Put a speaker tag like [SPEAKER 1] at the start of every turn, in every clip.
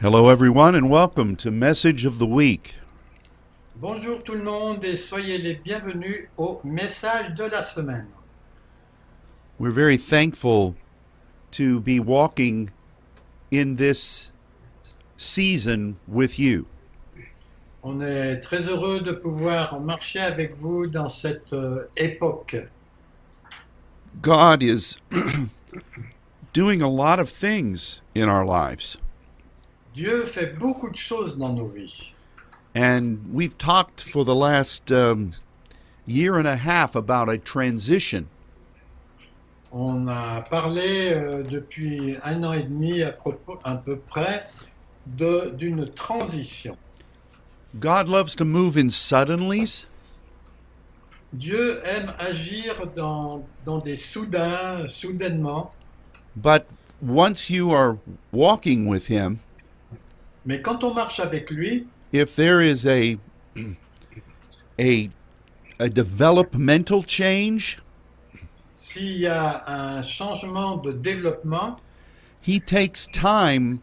[SPEAKER 1] Hello, everyone, and welcome to Message of the Week.
[SPEAKER 2] Bonjour tout le monde et soyez les bienvenus au message de la semaine.
[SPEAKER 1] We're very thankful to be walking in this season with you.
[SPEAKER 2] On est très heureux de pouvoir marcher avec vous dans cette euh, époque.
[SPEAKER 1] God is doing a lot of things in our lives,
[SPEAKER 2] Dieu fait beaucoup de choses dans nos vies.
[SPEAKER 1] and we've talked for the last um, year and a half about a transition.
[SPEAKER 2] On a parlé euh, depuis un an et demi à, propos, à peu près de- d'une transition.
[SPEAKER 1] God loves to move in suddenlies,
[SPEAKER 2] Dieu aime agir dans, dans des soudains, soudainement,
[SPEAKER 1] but once you are walking with Him,
[SPEAKER 2] mais quand on marche avec lui,
[SPEAKER 1] if there is a a a developmental change,
[SPEAKER 2] s'il y a un changement de développement,
[SPEAKER 1] he takes time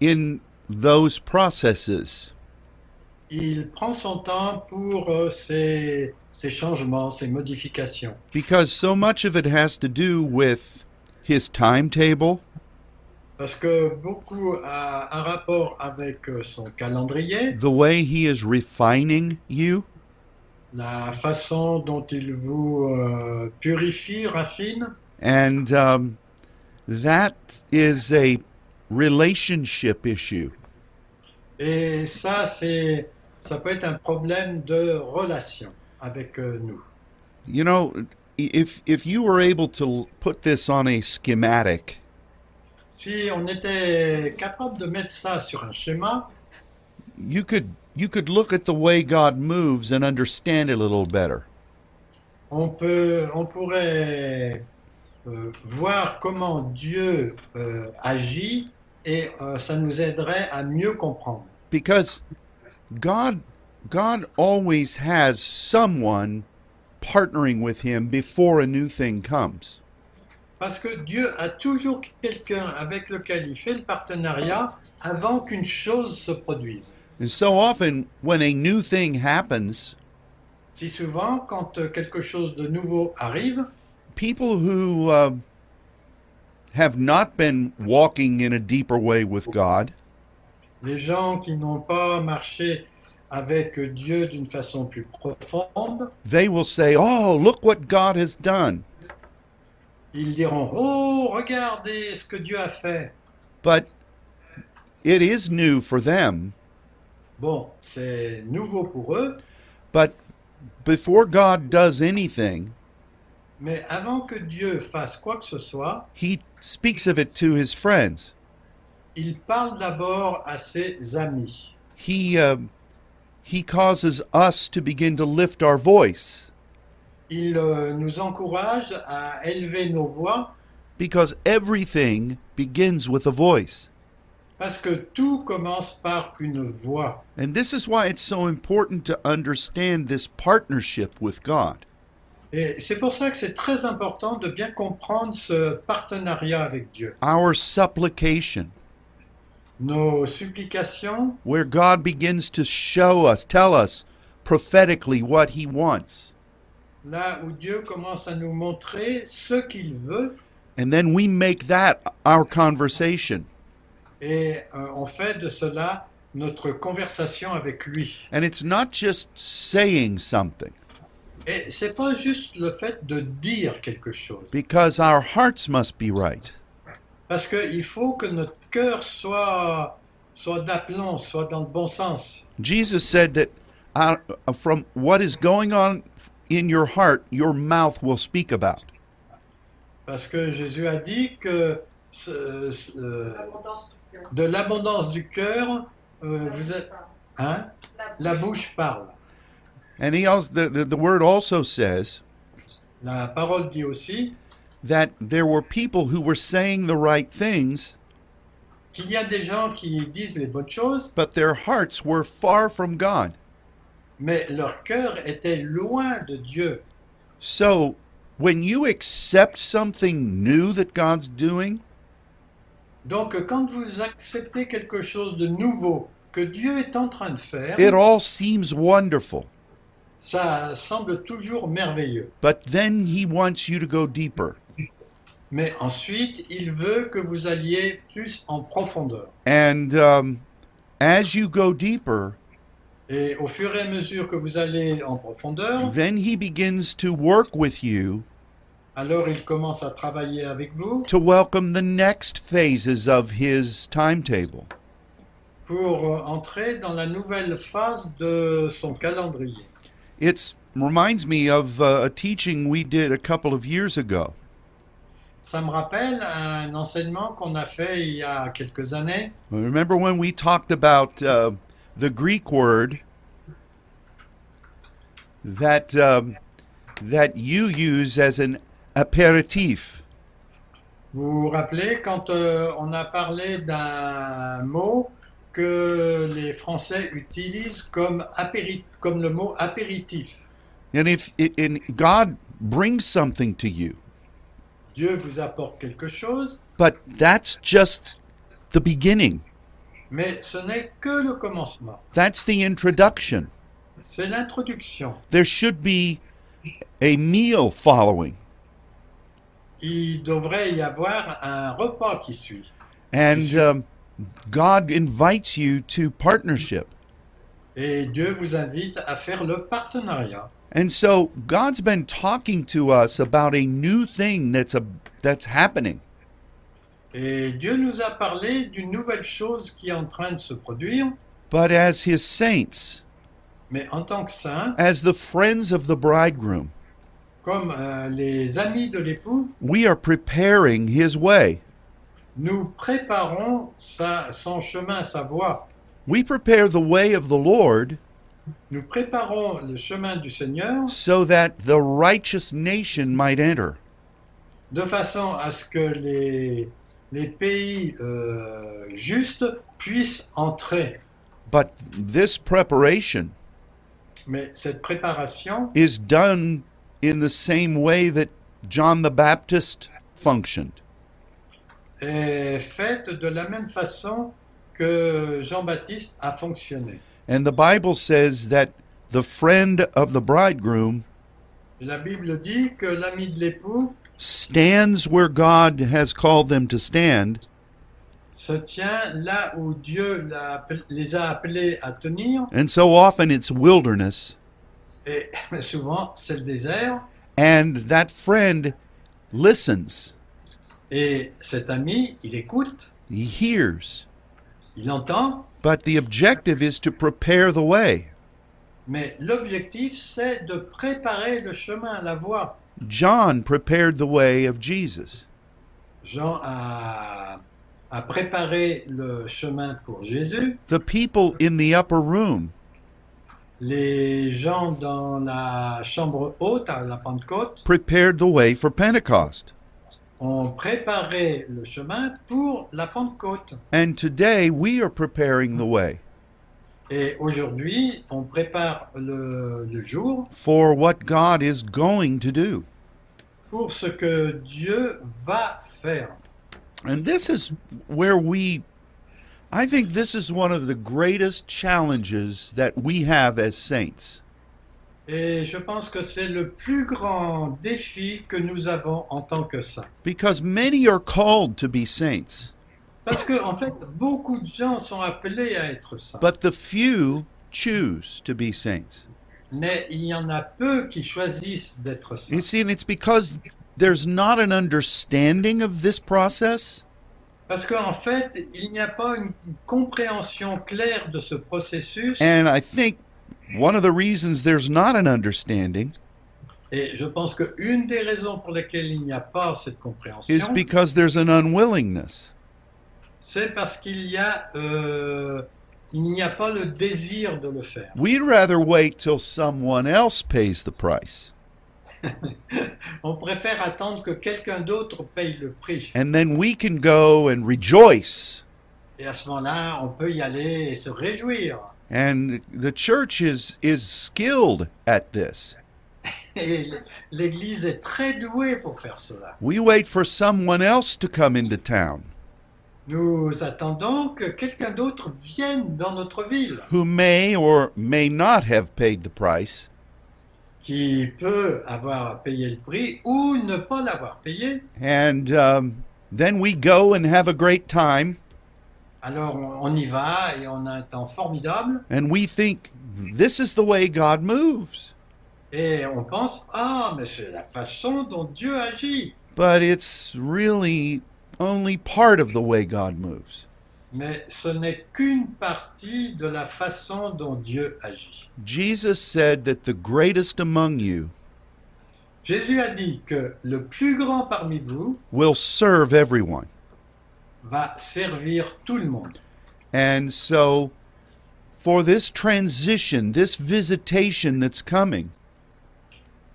[SPEAKER 1] in those processes.
[SPEAKER 2] il prend son temps pour euh, ces, ces changements, ces modifications.
[SPEAKER 1] Because so much of it has to do with his timetable,
[SPEAKER 2] Parce que beaucoup a un rapport avec euh, son calendrier,
[SPEAKER 1] the way he is refining you,
[SPEAKER 2] la façon dont il vous euh, purifie, raffine,
[SPEAKER 1] and um, that is a relationship issue.
[SPEAKER 2] et ça, c'est, ça peut être un problème de relation avec euh, nous.
[SPEAKER 1] You know, if if you were able to l- put this on a schematic,
[SPEAKER 2] Si on était capable de mettre ça sur un schéma,
[SPEAKER 1] you could you could look at the way God moves and understand it a little better.
[SPEAKER 2] on, peut, on pourrait euh, voir comment Dieu euh, agit et euh, ça nous aiderait à mieux comprendre.
[SPEAKER 1] Because God God always has someone partnering with him before a new thing comes.
[SPEAKER 2] Parce que Dieu a toujours quelqu'un avec lequel il fait le partenariat avant qu'une chose se produise.
[SPEAKER 1] And so often when a new thing happens,
[SPEAKER 2] Si souvent, quand euh, quelque chose de nouveau arrive,
[SPEAKER 1] people who uh, have not been walking in a deeper way with God
[SPEAKER 2] les gens qui n'ont pas marché avec Dieu d'une façon plus profonde,
[SPEAKER 1] they will say, "Oh, look what God has done."
[SPEAKER 2] ils diront Oh, regardez ce que Dieu a fait.
[SPEAKER 1] But it is new for them.
[SPEAKER 2] Bon, c'est nouveau pour eux,
[SPEAKER 1] But before God does anything,
[SPEAKER 2] mais avant que Dieu fasse quoi que ce soit,
[SPEAKER 1] he speaks of it to his friends.
[SPEAKER 2] il parle d'abord à ses amis.
[SPEAKER 1] He uh, he causes us to begin to lift our voice
[SPEAKER 2] Il euh, nous encourage à élever nos voix
[SPEAKER 1] because everything begins with a voice.
[SPEAKER 2] Parce que tout commence par une voix.
[SPEAKER 1] And this is why it's so important to understand this partnership with God.
[SPEAKER 2] Et c'est pour ça que c'est très important de bien comprendre ce partenariat avec Dieu.
[SPEAKER 1] Our supplication,
[SPEAKER 2] Nos supplications,
[SPEAKER 1] where God begins to show us, tell us prophetically what he wants.
[SPEAKER 2] là où Dieu commence à nous montrer ce qu'il veut,
[SPEAKER 1] And then we make that our conversation.
[SPEAKER 2] et euh, on fait de cela notre conversation avec lui.
[SPEAKER 1] And it's not just saying something,
[SPEAKER 2] Et c'est pas juste le fait de dire quelque chose,
[SPEAKER 1] because our hearts must be right.
[SPEAKER 2] parce qu'il faut que notre cœur soit soit d'aplomb, soit dans le bon sens.
[SPEAKER 1] Jesus said that out, from what is going on in your heart, your mouth will speak about.
[SPEAKER 2] Parce que Jésus a dit que ce- ce- euh,
[SPEAKER 3] L'abondance du cœur.
[SPEAKER 2] de l'abondance du cœur, euh,
[SPEAKER 3] La
[SPEAKER 2] vous
[SPEAKER 3] bouche
[SPEAKER 2] êtes,
[SPEAKER 3] parle.
[SPEAKER 2] hein, la
[SPEAKER 3] La bouche.
[SPEAKER 2] bouche parle.
[SPEAKER 1] And he also, the, the, the word also says
[SPEAKER 2] La parole dit aussi
[SPEAKER 1] that there were people who were saying the right things,
[SPEAKER 2] qu'il y a des gens qui disent les bonnes choses,
[SPEAKER 1] but their hearts were far from God.
[SPEAKER 2] mais leur cœur était loin de Dieu.
[SPEAKER 1] So when you accept something new that God's doing,
[SPEAKER 2] Donc, quand vous acceptez quelque chose de nouveau que Dieu est en train de faire,
[SPEAKER 1] It all seems wonderful,
[SPEAKER 2] ça semble toujours merveilleux.
[SPEAKER 1] but then He wants you to go deeper.
[SPEAKER 2] Mais ensuite, il veut que vous alliez plus en profondeur.
[SPEAKER 1] And um, as you go deeper,
[SPEAKER 2] Et au fur et à mesure que vous allez en profondeur,
[SPEAKER 1] then He begins to work with you
[SPEAKER 2] alors il commence à travailler avec vous
[SPEAKER 1] to welcome the next phases of His timetable.
[SPEAKER 2] pour euh, entrer dans la nouvelle phase de son calendrier.
[SPEAKER 1] It reminds me of uh, a teaching we did a couple of years ago.
[SPEAKER 2] Ça me rappelle un enseignement qu'on a fait il y a quelques années.
[SPEAKER 1] Remember when we talked about uh, the Greek word that um, that you use as an aperitif?
[SPEAKER 2] Vous vous rappelez quand euh, on a parlé d'un mot que les Français utilisent comme, apérit- comme le mot apéritif.
[SPEAKER 1] And if it, and God brings something to you,
[SPEAKER 2] Dieu vous apporte quelque chose,
[SPEAKER 1] but that's just the beginning.
[SPEAKER 2] mais ce n'est que le commencement.
[SPEAKER 1] That's the introduction.
[SPEAKER 2] C'est l'introduction.
[SPEAKER 1] There should be a meal following,
[SPEAKER 2] Il devrait y avoir un repas qui suit.
[SPEAKER 1] and um, God invites you to partnership.
[SPEAKER 2] Et Dieu vous invite à faire le partenariat.
[SPEAKER 1] And so God's been talking to us about a new thing that's a that's happening.
[SPEAKER 2] Et Dieu nous a parlé d'une nouvelle chose qui est en train de se produire,
[SPEAKER 1] But as his saints,
[SPEAKER 2] mais en tant que saint,
[SPEAKER 1] as the friends of the bridegroom,
[SPEAKER 2] comme euh, les amis de l'époux,
[SPEAKER 1] we are preparing his way.
[SPEAKER 2] nous préparons sa- son chemin, sa voie.
[SPEAKER 1] We prepare the way of the Lord
[SPEAKER 2] Nous préparons le chemin du Seigneur
[SPEAKER 1] so that the righteous nation might enter.
[SPEAKER 2] de façon à ce que les, les pays euh, justes puissent entrer.
[SPEAKER 1] But this preparation
[SPEAKER 2] Mais cette préparation
[SPEAKER 1] is done in the same way that John the Baptist functioned.
[SPEAKER 2] est faite de la même façon que Jean-Baptiste a fonctionné.
[SPEAKER 1] And the Bible says that the friend of the bridegroom
[SPEAKER 2] La Bible dit que l'ami de l'époux
[SPEAKER 1] stands where God has called them to stand
[SPEAKER 2] se tient là où Dieu l'a appel- les a appelés à tenir,
[SPEAKER 1] and so often it's wilderness
[SPEAKER 2] et souvent c'est le désert,
[SPEAKER 1] and that friend listens
[SPEAKER 2] et cet ami, il écoute,
[SPEAKER 1] he hears
[SPEAKER 2] il entend,
[SPEAKER 1] but the objective is to prepare the way
[SPEAKER 2] mais l'objectif c'est de préparer le chemin, la voie.
[SPEAKER 1] John prepared the way of Jesus
[SPEAKER 2] Jean a, a préparé le chemin pour Jésus,
[SPEAKER 1] the people in the upper room
[SPEAKER 2] les gens dans la chambre haute à la Pentecôte
[SPEAKER 1] prepared the way for Pentecost
[SPEAKER 2] ont préparé le chemin pour la Pentecôte.
[SPEAKER 1] and today we are preparing the way
[SPEAKER 2] Et aujourd'hui, on prépare le, le jour
[SPEAKER 1] for what God is going to do
[SPEAKER 2] pour ce que Dieu va faire.
[SPEAKER 1] And this is where we, I think this is one of the greatest challenges that we have as saints.
[SPEAKER 2] Et je pense que c'est le plus grand défi que nous avons en tant que saints.
[SPEAKER 1] Because many are called to be saints,
[SPEAKER 2] Parce que, en fait, beaucoup de gens sont appelés à être saints.
[SPEAKER 1] but the few choose to be saints.
[SPEAKER 2] Mais il y en a peu qui choisissent d'être saints.
[SPEAKER 1] It's, and it's because there's not an understanding of this process,
[SPEAKER 2] Parce qu'en fait, il n'y a pas une compréhension claire de ce processus.
[SPEAKER 1] and I think one of the reasons there's not an understanding
[SPEAKER 2] Et je pense qu'une des raisons pour lesquelles il n'y a pas cette compréhension,
[SPEAKER 1] is because there's an unwillingness.
[SPEAKER 2] c'est parce qu'il y a, euh, il n'y a pas le désir de le faire.
[SPEAKER 1] We'd rather wait till someone else pays the price
[SPEAKER 2] On préfère attendre que quelqu'un d'autre paye le prix.
[SPEAKER 1] and then we can go and rejoice.
[SPEAKER 2] Et à ce moment-là, on peut y aller et se réjouir.
[SPEAKER 1] And the church is is skilled at this.
[SPEAKER 2] Et l'Église est très douée pour faire cela.
[SPEAKER 1] We wait for someone else to come into town
[SPEAKER 2] Nous attendons que quelqu'un d'autre vienne dans notre ville,
[SPEAKER 1] who may or may not have paid the price,
[SPEAKER 2] qui peut avoir payé le prix ou ne pas l'avoir payé.
[SPEAKER 1] and um, then we go and have a great time,
[SPEAKER 2] Alors on on y va et on a un temps formidable
[SPEAKER 1] and we think this is the way God moves.
[SPEAKER 2] et on pense ah mais c'est la façon dont Dieu agit,
[SPEAKER 1] But it's really only part of the way God moves.
[SPEAKER 2] mais ce n'est qu'une partie de la façon dont Dieu agit.
[SPEAKER 1] Jesus said that the greatest among you
[SPEAKER 2] Jésus a dit que le plus grand parmi vous
[SPEAKER 1] will serve everyone.
[SPEAKER 2] va servir tout le monde.
[SPEAKER 1] And so, for this transition, this visitation that's coming,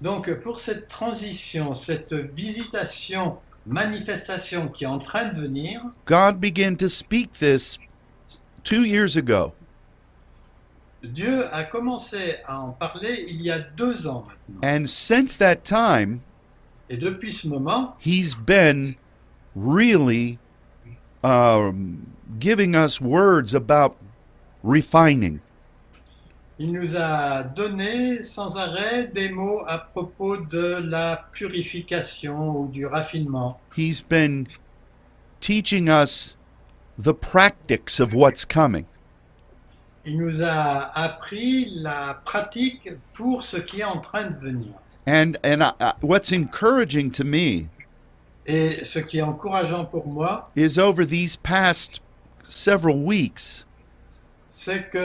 [SPEAKER 2] Donc pour cette transition, cette visitation, manifestation qui est en train de venir,
[SPEAKER 1] God began to speak this two years ago.
[SPEAKER 2] Dieu a commencé à en parler il y a deux ans maintenant.
[SPEAKER 1] And since that time,
[SPEAKER 2] Et depuis ce moment,
[SPEAKER 1] He's been really um, giving us words about refining.
[SPEAKER 2] il nous a donné sans arrêt des mots à propos de la purification ou du raffinement.
[SPEAKER 1] He's been teaching us the practice of what's coming.
[SPEAKER 2] Il nous a appris la pratique pour ce qui est en train de venir.
[SPEAKER 1] And, and I, I- what's encouraging to me
[SPEAKER 2] Et ce qui est encourageant pour moi,
[SPEAKER 1] is over these past several weeks,
[SPEAKER 2] c'est que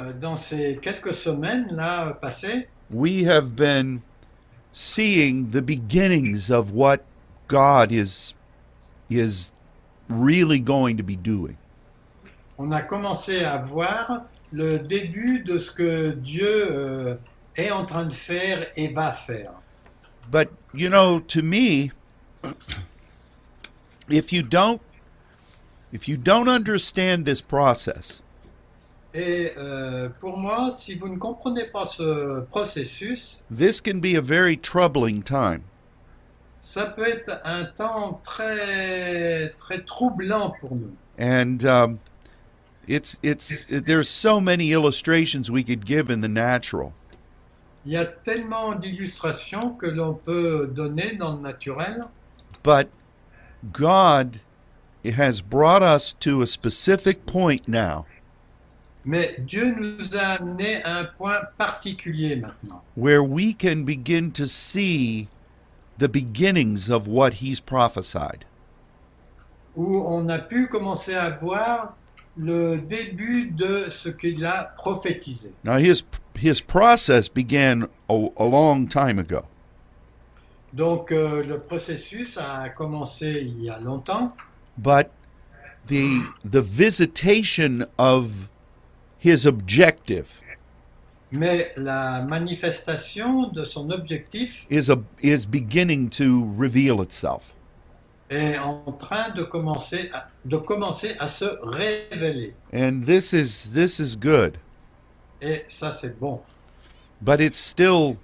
[SPEAKER 2] euh, dans ces quelques semaines là passées,
[SPEAKER 1] we have been seeing the beginnings of what God is is really going to be doing.
[SPEAKER 2] on a commencé à voir le début de ce que Dieu euh, est en train de faire et va faire.
[SPEAKER 1] But you know, to me, if you don't if you don't understand this process,
[SPEAKER 2] Et euh, pour moi, si vous ne comprenez pas ce processus,
[SPEAKER 1] this can be a very troubling time.
[SPEAKER 2] ça peut être un temps très très troublant pour nous.
[SPEAKER 1] And um, it's it's there's so many illustrations we could give in the natural.
[SPEAKER 2] Il y a tellement d'illustrations que l'on peut donner dans le naturel,
[SPEAKER 1] But God has brought us to a specific point now
[SPEAKER 2] mais Dieu nous a amené à un point particulier maintenant.
[SPEAKER 1] where we can begin to see the beginnings of what He's prophesied.
[SPEAKER 2] où on a pu commencer à voir le début de ce qu'il a prophétisé.
[SPEAKER 1] Now, His, his process began a, a long time ago,
[SPEAKER 2] Donc euh, le processus a commencé il y a longtemps,
[SPEAKER 1] but the, the visitation of His objective
[SPEAKER 2] mais la manifestation de son objectif
[SPEAKER 1] is, a, is beginning to reveal itself.
[SPEAKER 2] est en train de commencer à, de commencer à se révéler.
[SPEAKER 1] And this is, this is good.
[SPEAKER 2] Et ça c'est bon.
[SPEAKER 1] but it's still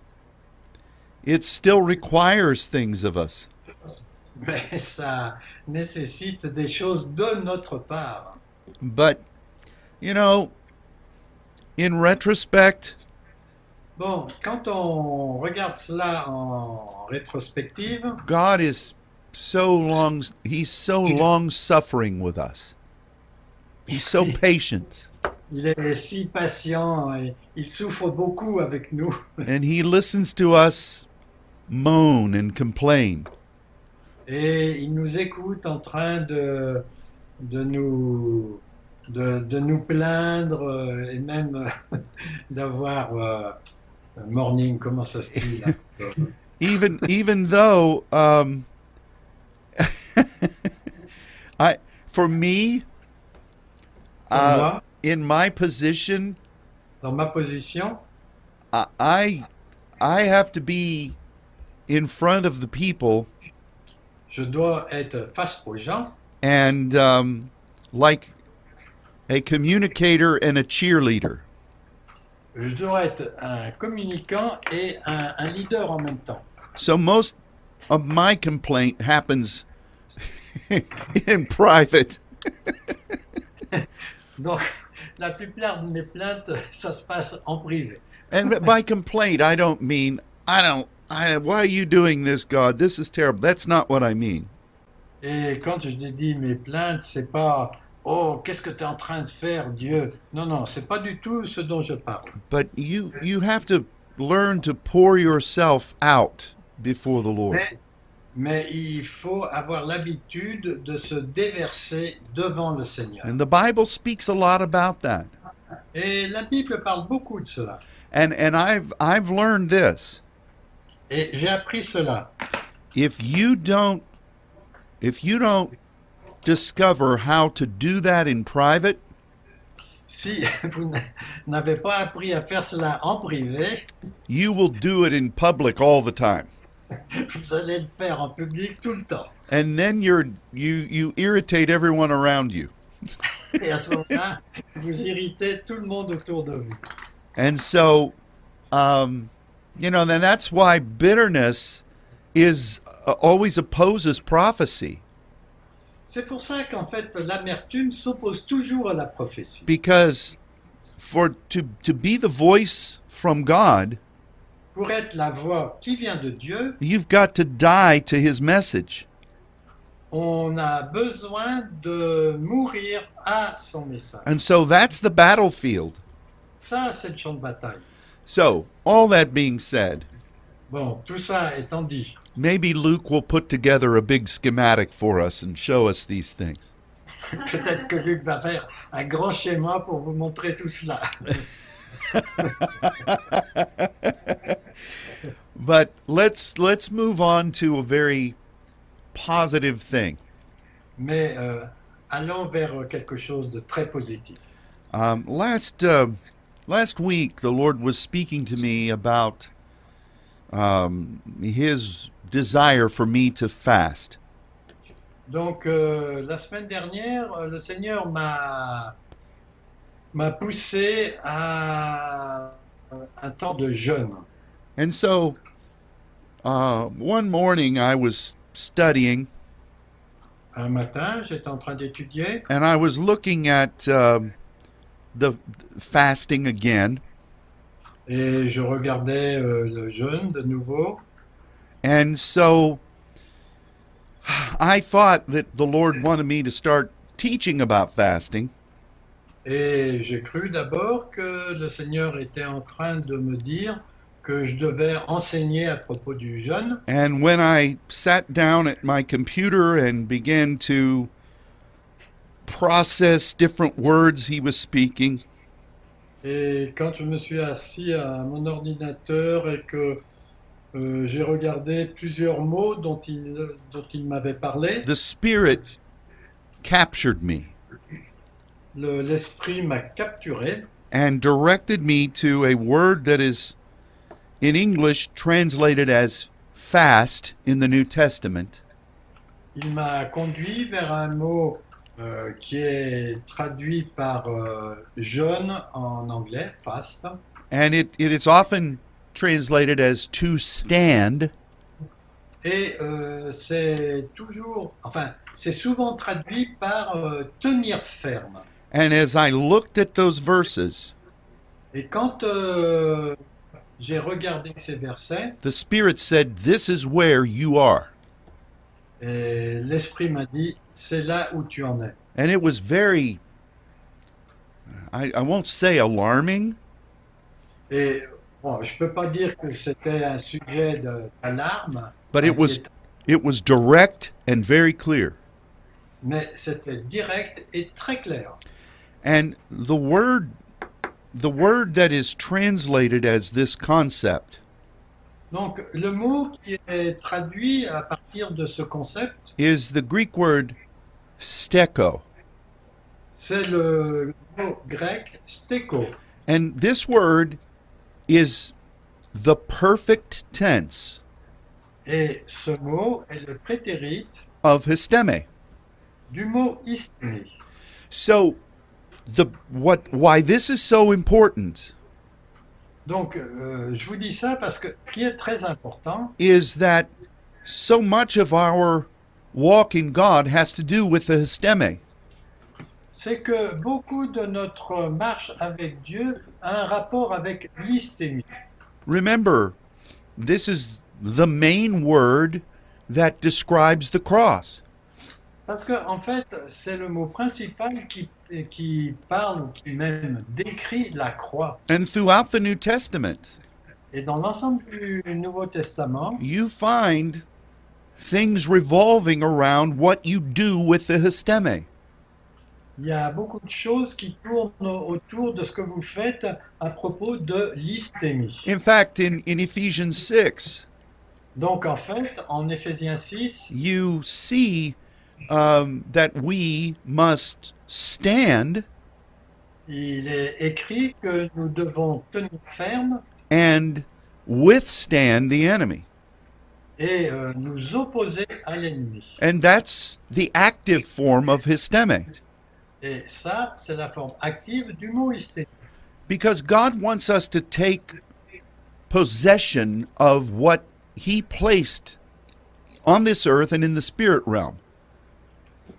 [SPEAKER 1] it still requires things of us
[SPEAKER 2] Mais ça nécessite des choses de notre part.
[SPEAKER 1] but you know in retrospect
[SPEAKER 2] Bon, quand on regarde cela en rétrospective,
[SPEAKER 1] god is so long he's so long suffering with us he's so patient
[SPEAKER 2] Il est si patient et il souffre beaucoup avec nous.
[SPEAKER 1] and he listens to us moan and complain
[SPEAKER 2] Et il nous écoute en train de, de, nous, de, de nous plaindre euh, et même euh, d'avoir euh, un morning, comment ça se dit là
[SPEAKER 1] even even though um i for me
[SPEAKER 2] Pour
[SPEAKER 1] uh,
[SPEAKER 2] moi,
[SPEAKER 1] in my position,
[SPEAKER 2] dans ma position,
[SPEAKER 1] I- I I have to be in front of the people
[SPEAKER 2] je dois être face aux gens
[SPEAKER 1] and um, like a communicator and a cheerleader.
[SPEAKER 2] je dois être un communicant et un, un leader en même temps.
[SPEAKER 1] So most of my complaint happens in private.
[SPEAKER 2] Donc, la plupart de mes plaintes, ça se passe en privé.
[SPEAKER 1] And by complaint, I don't mean, I don't, I, why are you doing this, God? This is terrible. That's not what I mean.
[SPEAKER 2] Et quand je dédie mes plaintes, c'est pas Oh, qu'est-ce que tu es en train de faire, Dieu Non, non, c'est pas du tout ce dont je parle.
[SPEAKER 1] But you, you have to learn to pour yourself out before the Lord.
[SPEAKER 2] Mais, mais il faut avoir l'habitude de se déverser devant le Seigneur.
[SPEAKER 1] And the Bible speaks a lot about that.
[SPEAKER 2] Et la Bible parle beaucoup de cela.
[SPEAKER 1] And, and I've, I've learned this.
[SPEAKER 2] Et j'ai appris cela.
[SPEAKER 1] If you don't, if you don't discover how to do that in private,
[SPEAKER 2] Si vous n'avez pas appris à faire cela en privé,
[SPEAKER 1] you will do it in public all the time.
[SPEAKER 2] vous allez le faire en public tout le temps.
[SPEAKER 1] And then you're, you, you irritate everyone around you.
[SPEAKER 2] Et à ce moment-là, vous irritez tout le monde autour de vous.
[SPEAKER 1] And so, um, you know, then that's why bitterness is uh, always opposes prophecy
[SPEAKER 2] C'est pour ça qu'en fait, l'amertume s'oppose toujours à la prophétie.
[SPEAKER 1] because for to to be the voice from God,
[SPEAKER 2] Pour être la voix qui vient de Dieu,
[SPEAKER 1] you've got to die to his message.
[SPEAKER 2] on a besoin de mourir à son message.
[SPEAKER 1] And so that's the battlefield.
[SPEAKER 2] Ça, c'est le champ de bataille.
[SPEAKER 1] So, all that being said,
[SPEAKER 2] Bon, tout ça étant dit,
[SPEAKER 1] maybe Luke will put together a big schematic for us and show us these things.
[SPEAKER 2] peut-être que Luc va faire un grand schéma pour vous montrer tout cela.
[SPEAKER 1] But let's let's move on to a very positive thing.
[SPEAKER 2] Mais euh, allons vers quelque chose de très positif.
[SPEAKER 1] Um, last uh, last week, the Lord was speaking to me about um, His desire for me to fast,
[SPEAKER 2] Donc, euh, la semaine dernière, euh, le Seigneur m'a m'a poussé à un temps de jeûne.
[SPEAKER 1] and so uh, one morning I was studying
[SPEAKER 2] Un matin, j'étais en train d'étudier
[SPEAKER 1] and I was looking at um, the fasting again,
[SPEAKER 2] et je regardais euh, le jeûne de nouveau.
[SPEAKER 1] and so I thought that the Lord wanted me to start teaching about fasting,
[SPEAKER 2] Et j'ai cru d'abord que le Seigneur était en train de me dire que je devais enseigner à propos du jeûne.
[SPEAKER 1] And when I sat down at my computer and began to process different words he was speaking,
[SPEAKER 2] Et quand je me suis assis à mon ordinateur et que euh, j'ai regardé plusieurs mots dont il, dont il m'avait parlé,
[SPEAKER 1] the Spirit captured me
[SPEAKER 2] le- l'esprit m'a capturé
[SPEAKER 1] and directed me to a word that is in English translated as fast in the New Testament.
[SPEAKER 2] Il m'a conduit vers un mot euh, qui est traduit par euh, jeûne en anglais, fast,
[SPEAKER 1] And it, it is often translated as to stand,
[SPEAKER 2] et euh, c'est toujours, enfin, c'est souvent traduit par euh, tenir ferme.
[SPEAKER 1] and as I looked at those verses,
[SPEAKER 2] Et quand euh, j'ai regardé ces versets,
[SPEAKER 1] the Spirit said, This is where you are.
[SPEAKER 2] et l'esprit m'a dit, c'est là où tu en es.
[SPEAKER 1] and it was very I, I won't say alarming
[SPEAKER 2] Et bon, je peux pas dire que c'était un sujet de- d'alarme,
[SPEAKER 1] but it was it was direct and very clear
[SPEAKER 2] mais c'était direct et très clair.
[SPEAKER 1] and the word the word that is translated as this concept
[SPEAKER 2] Donc, le mot qui est traduit à partir de ce concept,
[SPEAKER 1] is the greek word steko
[SPEAKER 2] c'est le mot grec stéko.
[SPEAKER 1] and this word is the perfect tense
[SPEAKER 2] Et ce mot est le prétérite
[SPEAKER 1] of histeme
[SPEAKER 2] du mot hystémie.
[SPEAKER 1] so the what why this is so important
[SPEAKER 2] Donc, euh, je vous dis ça parce que ce qui est très important,
[SPEAKER 1] is that so much of our walk in God has to do with the histeme.
[SPEAKER 2] c'est que beaucoup de notre marche avec Dieu a un rapport avec l'hystémie.
[SPEAKER 1] Remember, this is the main word that describes the cross.
[SPEAKER 2] Parce que, en fait, c'est le mot principal qui, qui parle ou qui même décrit la croix.
[SPEAKER 1] And throughout the New Testament,
[SPEAKER 2] Et dans l'ensemble du Nouveau Testament,
[SPEAKER 1] you find things revolving around what you do with the histeme.
[SPEAKER 2] il y a beaucoup de choses qui tournent autour de ce que vous faites à propos de l'hystémie.
[SPEAKER 1] In fact, in, in Ephesians 6,
[SPEAKER 2] Donc, en fait, en Éphésiens 6,
[SPEAKER 1] you see um, that we must stand
[SPEAKER 2] il est écrit que nous devons tenir ferme
[SPEAKER 1] and withstand the enemy.
[SPEAKER 2] et euh, nous opposer à l'ennemi.
[SPEAKER 1] And that's the active form of histeme.
[SPEAKER 2] Et ça, c'est la forme active du mot hystémie.
[SPEAKER 1] Because God wants us to take possession of what He placed on this earth and in the spirit realm.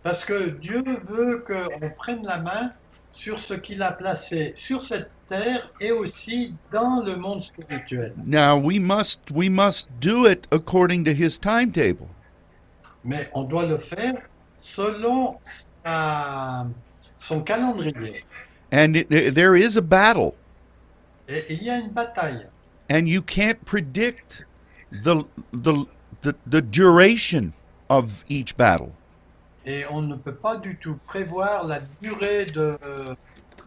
[SPEAKER 2] Parce que Dieu veut qu'on prenne la main sur ce qu'il a placé sur cette terre et aussi dans le monde spirituel.
[SPEAKER 1] Now we must we must do it according to His timetable.
[SPEAKER 2] Mais on doit le faire selon sa- son calendrier.
[SPEAKER 1] And it, there is a battle,
[SPEAKER 2] Et il y a une bataille.
[SPEAKER 1] and you can't predict the the the, the duration of each battle.
[SPEAKER 2] Et on ne peut pas du tout prévoir la durée de,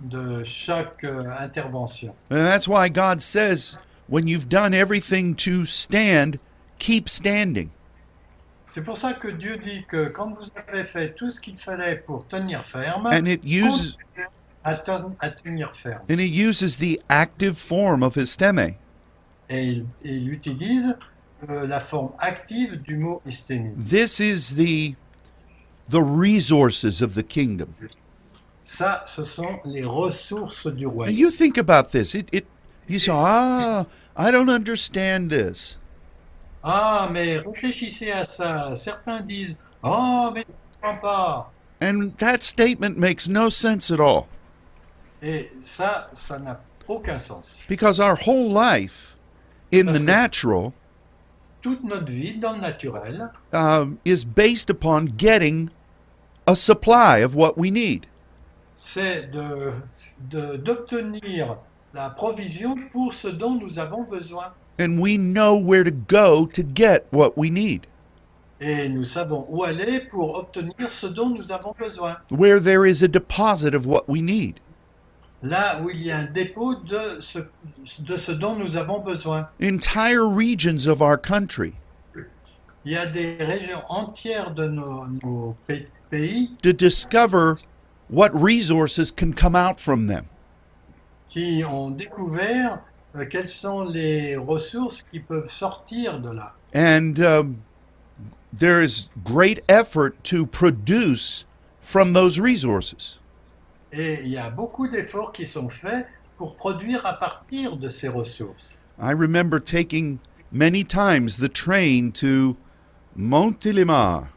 [SPEAKER 2] de chaque euh, intervention.
[SPEAKER 1] And that's why God says, when you've done everything to stand, keep standing.
[SPEAKER 2] C'est pour ça que Dieu dit que quand vous avez fait tout ce qu'il fallait pour tenir ferme,
[SPEAKER 1] And it uses
[SPEAKER 2] continuez à, ten- à tenir ferme.
[SPEAKER 1] and it uses the active form of histeme.
[SPEAKER 2] Et il, il utilise euh, la forme active du mot hystémie.
[SPEAKER 1] This is the the resources of the kingdom.
[SPEAKER 2] Ça, ce sont les ressources du
[SPEAKER 1] And
[SPEAKER 2] royaume.
[SPEAKER 1] you think about this. It it you say, ah, I don't understand this.
[SPEAKER 2] Ah, mais réfléchissez à ça. Certains disent Oh, mais je ne comprends pas.
[SPEAKER 1] And that statement makes no sense at all
[SPEAKER 2] Et ça, ça n'a aucun sens.
[SPEAKER 1] because our whole life in the natural
[SPEAKER 2] Toute notre vie, dans le naturel,
[SPEAKER 1] um, is based upon getting a supply of what we need.
[SPEAKER 2] c'est de- de- d'obtenir la provision pour ce dont nous avons besoin.
[SPEAKER 1] And we know where to go to get what we need.
[SPEAKER 2] Et nous savons où aller pour obtenir ce dont nous avons besoin.
[SPEAKER 1] Where there is a deposit of what we need.
[SPEAKER 2] là où il y a un dépôt de ce, de ce dont nous avons besoin.
[SPEAKER 1] Entire regions of our country
[SPEAKER 2] Il y a des régions entières de nos, nos pa- pays
[SPEAKER 1] to discover what resources can come out from them.
[SPEAKER 2] qui ont découvert euh, quelles sont les ressources qui peuvent sortir de là.
[SPEAKER 1] And um, there is great effort to produce from those resources.
[SPEAKER 2] Et il y a beaucoup d'efforts qui sont faits pour produire à partir de ces ressources.
[SPEAKER 1] I remember taking many times the train to Montélimar.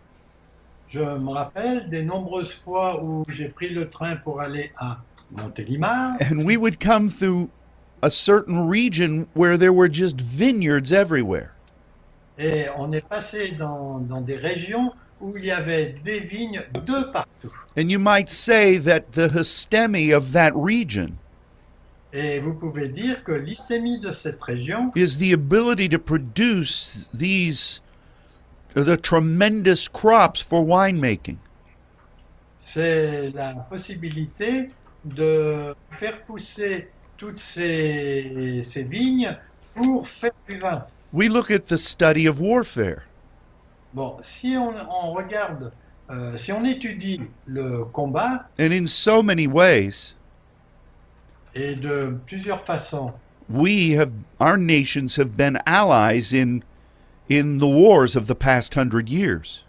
[SPEAKER 2] Je me rappelle des nombreuses fois où j'ai pris le train pour aller à Montélimar
[SPEAKER 1] And we would come through a certain region where there were just vineyards everywhere.
[SPEAKER 2] et on est passé dans, dans des régions où il y avait des vignes de partout.
[SPEAKER 1] And you might say that the histemi of that region
[SPEAKER 2] Et vous pouvez dire que l'hystémie de cette région,
[SPEAKER 1] is the ability to produce these uh, the tremendous crops for winemaking.
[SPEAKER 2] c'est la possibilité de faire pousser toutes ces, ces vignes pour faire du vin.
[SPEAKER 1] We look at the study of warfare.
[SPEAKER 2] Bon, si on, on regarde, euh, si on étudie le combat,
[SPEAKER 1] And in so many ways,
[SPEAKER 2] et de plusieurs façons,
[SPEAKER 1] we have our nations have been allies in in the wars of the past 100 years.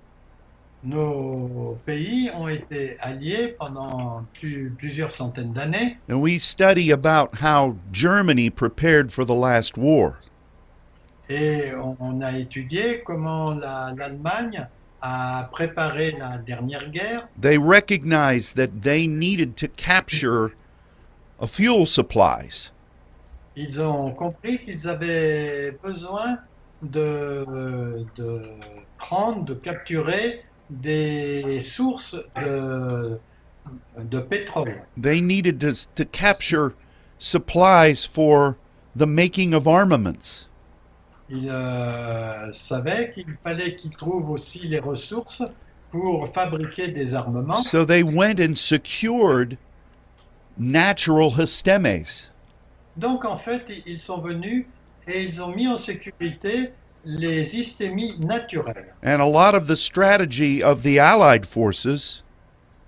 [SPEAKER 2] nos pays ont été alliés pendant plus- plusieurs centaines d'années,
[SPEAKER 1] And we study about how Germany prepared for the last war.
[SPEAKER 2] et on, on a étudié comment la- l'Allemagne à préparer la dernière guerre,
[SPEAKER 1] They recognized that they needed to capture a fuel supplies.
[SPEAKER 2] ils ont compris qu'ils avaient besoin de, de prendre, de capturer des sources de, de pétrole.
[SPEAKER 1] They needed to, to capture supplies for the making of armaments.
[SPEAKER 2] Ils euh, savaient qu'il fallait qu'ils trouvent aussi les ressources pour fabriquer des armements.
[SPEAKER 1] So they went and secured natural histemes.
[SPEAKER 2] Donc en fait, i- ils sont venus et ils ont mis en sécurité les hystémies naturelles.
[SPEAKER 1] And a lot of the strategy of the Allied forces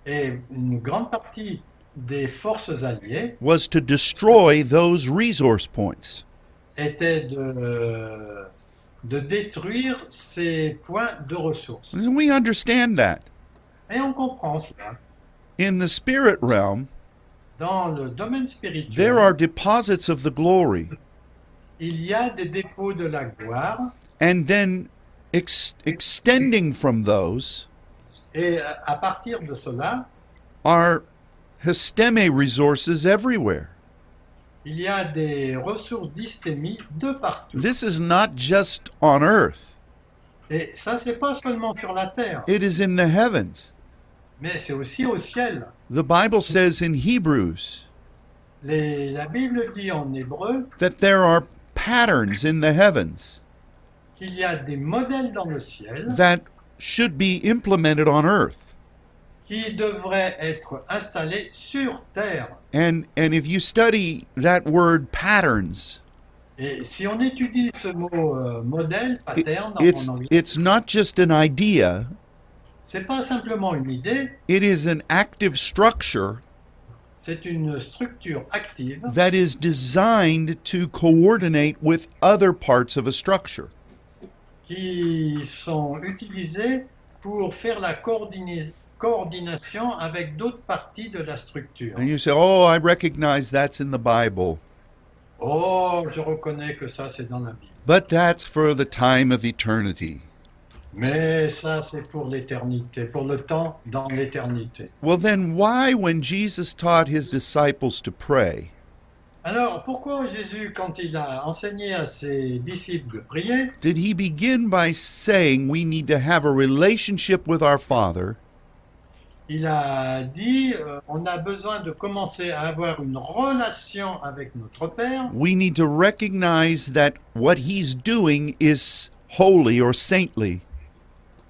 [SPEAKER 2] Et une grande partie des forces alliées
[SPEAKER 1] was to destroy those resource points.
[SPEAKER 2] était de, de détruire ces points de ressources.
[SPEAKER 1] And we understand that.
[SPEAKER 2] Et on comprend cela.
[SPEAKER 1] In the spirit realm,
[SPEAKER 2] Dans le domaine
[SPEAKER 1] there
[SPEAKER 2] spirituel,
[SPEAKER 1] are deposits of the glory
[SPEAKER 2] il y a des dépôts de la gloire
[SPEAKER 1] and then ex- extending from those
[SPEAKER 2] et euh, à à partir de cela,
[SPEAKER 1] are histeme resources everywhere.
[SPEAKER 2] Il y a des ressources d'hystémie de partout.
[SPEAKER 1] This is not just on earth,
[SPEAKER 2] Et ça, c'est pas seulement sur la terre,
[SPEAKER 1] it is in the heavens.
[SPEAKER 2] mais c'est aussi au ciel.
[SPEAKER 1] The Bible says in Hebrews
[SPEAKER 2] Les- la Bible dit en hébreu
[SPEAKER 1] that there are patterns in the heavens
[SPEAKER 2] qu'il y a des modèles dans le ciel
[SPEAKER 1] that should be implemented on earth.
[SPEAKER 2] qui devraient être installés sur terre.
[SPEAKER 1] And and if you study that word patterns,
[SPEAKER 2] Et si on étudie ce mot euh, modèle,
[SPEAKER 1] it-
[SPEAKER 2] pattern
[SPEAKER 1] it's
[SPEAKER 2] en anglais,
[SPEAKER 1] it's not just an idea,
[SPEAKER 2] c'est pas simplement une idée,
[SPEAKER 1] it is an active structure
[SPEAKER 2] c'est une structure active
[SPEAKER 1] that is designed to coordinate with other parts of a structure.
[SPEAKER 2] qui sont utilisées pour faire la coordina- coordination avec d'autres parties de la structure.
[SPEAKER 1] And you say, "Oh, I recognize that's in the Bible."
[SPEAKER 2] Oh, je reconnais que ça, c'est dans la Bible.
[SPEAKER 1] But that's for the time of eternity.
[SPEAKER 2] Mais ça, c'est pour l'éternité, pour le temps dans l'éternité.
[SPEAKER 1] Well, then why when Jesus taught his disciples to pray,
[SPEAKER 2] Alors, pourquoi Jésus, quand il a enseigné à ses disciples de prier,
[SPEAKER 1] did he begin by saying we need to have a relationship with our Father
[SPEAKER 2] il a dit, euh, on a besoin de commencer à avoir une relation avec notre Père.
[SPEAKER 1] we need to recognize that what he's doing is holy or saintly,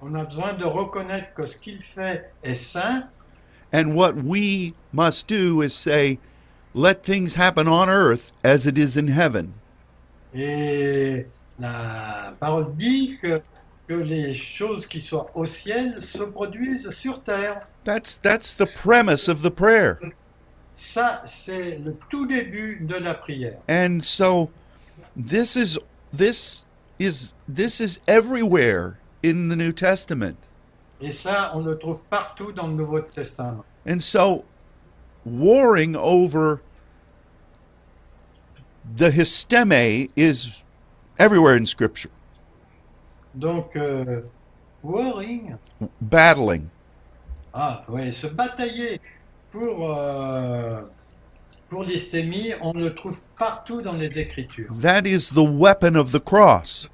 [SPEAKER 2] On a besoin de reconnaître que ce qu'il fait est saint.
[SPEAKER 1] and what we must do is say, let things happen on earth as it is in heaven.
[SPEAKER 2] Et la parole dit que, que les choses qui sont au ciel se produisent sur terre.
[SPEAKER 1] That's that's the premise of the prayer.
[SPEAKER 2] Ça, c'est le tout début de la prière.
[SPEAKER 1] And so this is this is this is everywhere in the New Testament.
[SPEAKER 2] Et ça, on le trouve partout dans le Nouveau Testament.
[SPEAKER 1] And so warring over the histeme is everywhere in scripture.
[SPEAKER 2] Donc, euh, warring,
[SPEAKER 1] Battling.
[SPEAKER 2] ah oui, se batailler pour, euh, pour l'hystémie, on le trouve partout dans les Écritures.
[SPEAKER 1] That is the weapon of the cross.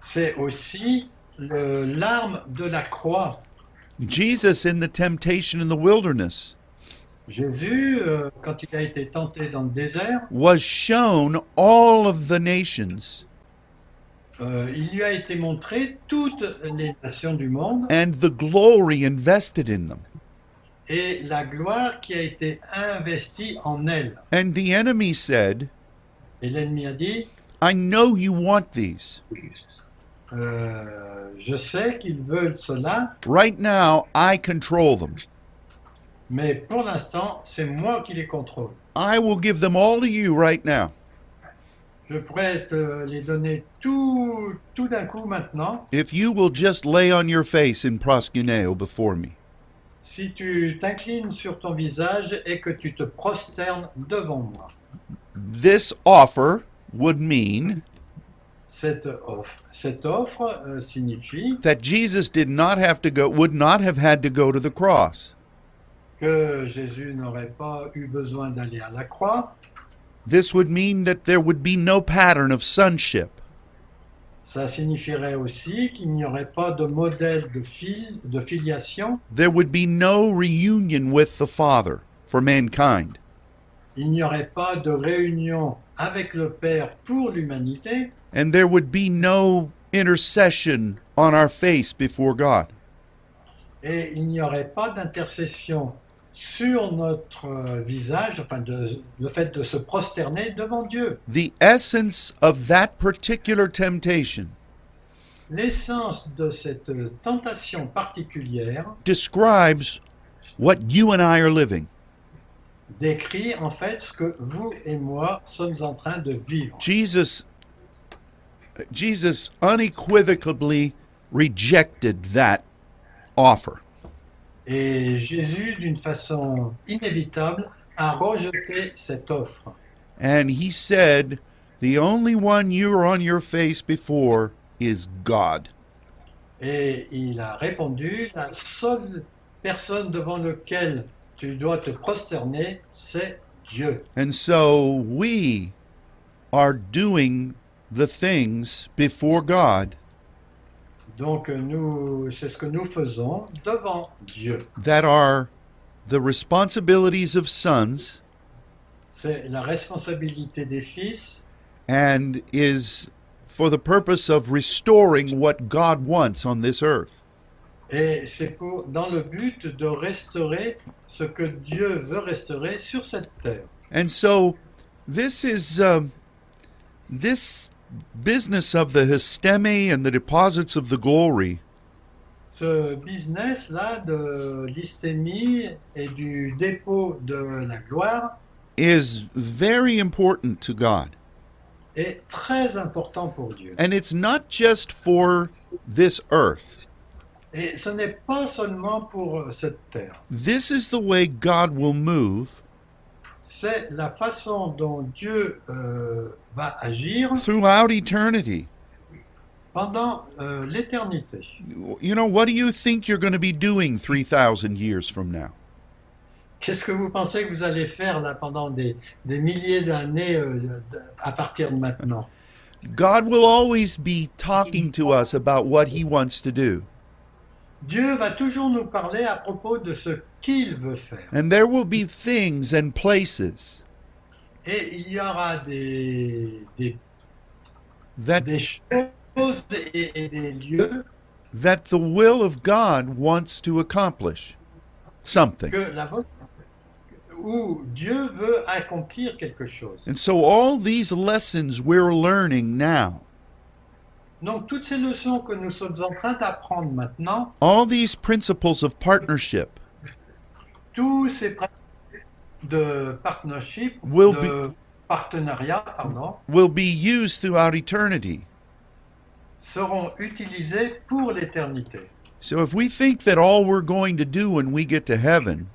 [SPEAKER 2] C'est aussi le- l'arme de la croix.
[SPEAKER 1] Jesus in the temptation in the wilderness
[SPEAKER 2] Jésus, euh, quand il a été tenté dans le désert,
[SPEAKER 1] was shown all of the nations
[SPEAKER 2] euh, il lui a été montré toutes les nations du monde
[SPEAKER 1] and the glory invested in them.
[SPEAKER 2] et la gloire qui a été investie en elle.
[SPEAKER 1] And the enemy said,
[SPEAKER 2] Et l'ennemi a dit,
[SPEAKER 1] I know you want these.
[SPEAKER 2] Euh, je sais qu'ils veulent cela,
[SPEAKER 1] Right now, I control them.
[SPEAKER 2] mais pour l'instant, c'est moi qui les contrôle.
[SPEAKER 1] I will give them all to you right now
[SPEAKER 2] Je pourrais te les donner tout, tout d'un coup maintenant
[SPEAKER 1] if you will just lay on your face in proskuneo before me.
[SPEAKER 2] si tu t'inclines sur ton visage et que tu te prosternes devant moi.
[SPEAKER 1] This offer would mean
[SPEAKER 2] cette offre. Cette offre euh, signifie
[SPEAKER 1] that Jesus did not have to go, would not have had to go to the cross.
[SPEAKER 2] que Jésus n'aurait pas eu besoin d'aller à la croix.
[SPEAKER 1] This would mean that there would be no pattern of sonship.
[SPEAKER 2] Ça signifierait aussi qu'il n'y aurait pas de modèle de, fil- de filiation.
[SPEAKER 1] There would be no reunion with the Father for mankind.
[SPEAKER 2] Il n'y aurait pas de réunion avec le Père pour l'humanité.
[SPEAKER 1] And there would be no intercession on our face before God.
[SPEAKER 2] et il n'y aurait pas d'intercession sur notre euh, visage, enfin de, le fait de se prosterner devant Dieu.
[SPEAKER 1] The essence of that particular temptation
[SPEAKER 2] L'essence de cette euh, tentation particulière
[SPEAKER 1] describes what you and I are living.
[SPEAKER 2] décrit en fait ce que vous et moi sommes en train de vivre.
[SPEAKER 1] Jesus Jesus unequivocally rejected that offer.
[SPEAKER 2] Et Jésus, d'une façon inévitable, a rejeté cette offre.
[SPEAKER 1] And he said, The only one you were on your face before is God.
[SPEAKER 2] Et il a répondu, la seule personne devant laquelle tu dois te prosterner, c'est Dieu.
[SPEAKER 1] And so we are doing the things before God
[SPEAKER 2] Donc nous, c'est ce que nous faisons devant Dieu.
[SPEAKER 1] that are the responsibilities of sons
[SPEAKER 2] C'est la responsabilité des fils
[SPEAKER 1] and is for the purpose of restoring what God wants on this earth.
[SPEAKER 2] et c'est pour, dans le but de restaurer ce que Dieu veut restaurer sur cette terre.
[SPEAKER 1] And so this is um, this business of the histeme and the deposits of the glory
[SPEAKER 2] Ce business-là de l'hystémie et du dépôt de la gloire
[SPEAKER 1] is very important to God.
[SPEAKER 2] est très important pour Dieu.
[SPEAKER 1] And it's not just for this earth.
[SPEAKER 2] Et ce n'est pas seulement pour cette terre.
[SPEAKER 1] This is the way God will move
[SPEAKER 2] C'est la façon dont Dieu euh, va agir
[SPEAKER 1] throughout eternity.
[SPEAKER 2] pendant euh, l'éternité.
[SPEAKER 1] You know, what do you think you're going to be doing 3,000 years from now?
[SPEAKER 2] Qu'est-ce que vous pensez que vous allez faire là pendant des, des milliers d'années euh, de- à partir de maintenant
[SPEAKER 1] God will always be talking to us about what He wants to do.
[SPEAKER 2] Dieu va toujours nous parler à propos de ce qu'il veut faire.
[SPEAKER 1] And there will be things and places
[SPEAKER 2] Et il y aura des, des,
[SPEAKER 1] that
[SPEAKER 2] des choses et, et des lieux
[SPEAKER 1] that the will of God wants to accomplish something.
[SPEAKER 2] que la vo- où Dieu veut accomplir quelque chose.
[SPEAKER 1] And so all these lessons we're learning now,
[SPEAKER 2] Donc toutes ces leçons que nous sommes en train d'apprendre maintenant,
[SPEAKER 1] all these principles of partnership
[SPEAKER 2] tous ces principes de partnership,
[SPEAKER 1] Will
[SPEAKER 2] de partenariat, pardon,
[SPEAKER 1] will be used throughout eternity.
[SPEAKER 2] seront utilisés pour l'éternité.
[SPEAKER 1] So if we think that all we're going to do when we get to heaven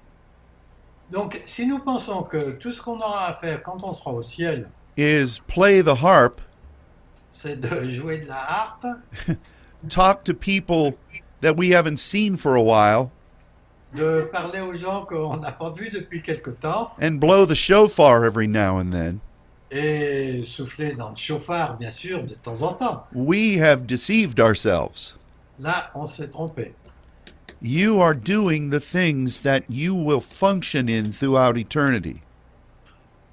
[SPEAKER 2] Donc, si nous pensons que tout ce qu'on aura à faire quand on sera au ciel,
[SPEAKER 1] is play the harp,
[SPEAKER 2] c'est de jouer de la harpe,
[SPEAKER 1] talk to people that we haven't seen for a while,
[SPEAKER 2] de parler aux gens qu'on n'a pas vus depuis quelque temps,
[SPEAKER 1] and blow the shofar every now and then,
[SPEAKER 2] et souffler dans le chauffard, bien sûr, de temps en temps.
[SPEAKER 1] we have deceived ourselves.
[SPEAKER 2] Là, on s'est trompé.
[SPEAKER 1] You are doing the things that you will function in throughout eternity.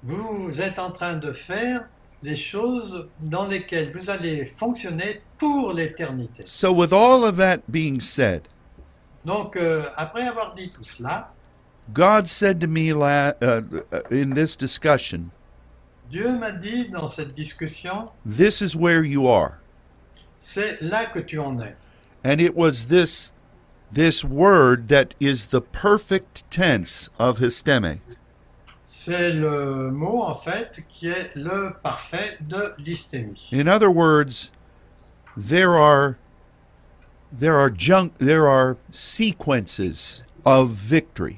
[SPEAKER 2] Vous êtes en train de faire des choses dans lesquelles vous allez fonctionner pour l'éternité.
[SPEAKER 1] So, with all of that being said,
[SPEAKER 2] Donc, euh, après avoir dit tout cela,
[SPEAKER 1] God said to me la- uh, uh, in this discussion,
[SPEAKER 2] Dieu m'a dit dans cette discussion,
[SPEAKER 1] This is where you are.
[SPEAKER 2] c'est là que tu en es.
[SPEAKER 1] And it was this this word that is the perfect tense of histeme.
[SPEAKER 2] C'est le mot en fait qui est le parfait de l'hystémie.
[SPEAKER 1] In other words, there are there are junk there are sequences of victory.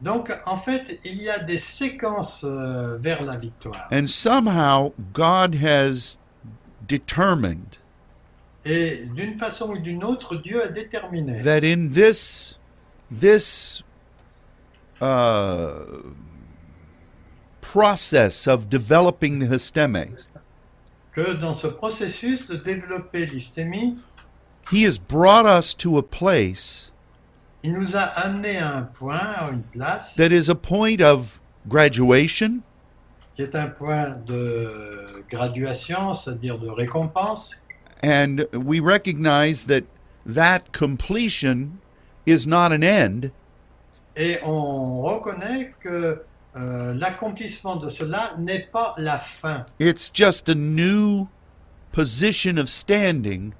[SPEAKER 2] Donc en fait, il y a des séquences euh, vers la victoire.
[SPEAKER 1] And somehow God has determined
[SPEAKER 2] Et d'une façon ou d'une autre, Dieu a déterminé
[SPEAKER 1] that in this this uh, process of developing the histeme,
[SPEAKER 2] que dans ce processus de développer l'hystémie,
[SPEAKER 1] He has brought us to a place
[SPEAKER 2] il nous a amené à un point, à une place,
[SPEAKER 1] that is a point of graduation,
[SPEAKER 2] qui est un point de graduation, c'est-à-dire de récompense,
[SPEAKER 1] and we recognize that that completion is not an end,
[SPEAKER 2] et on reconnaît que euh, l'accomplissement de cela n'est pas la fin,
[SPEAKER 1] it's just a new position of standing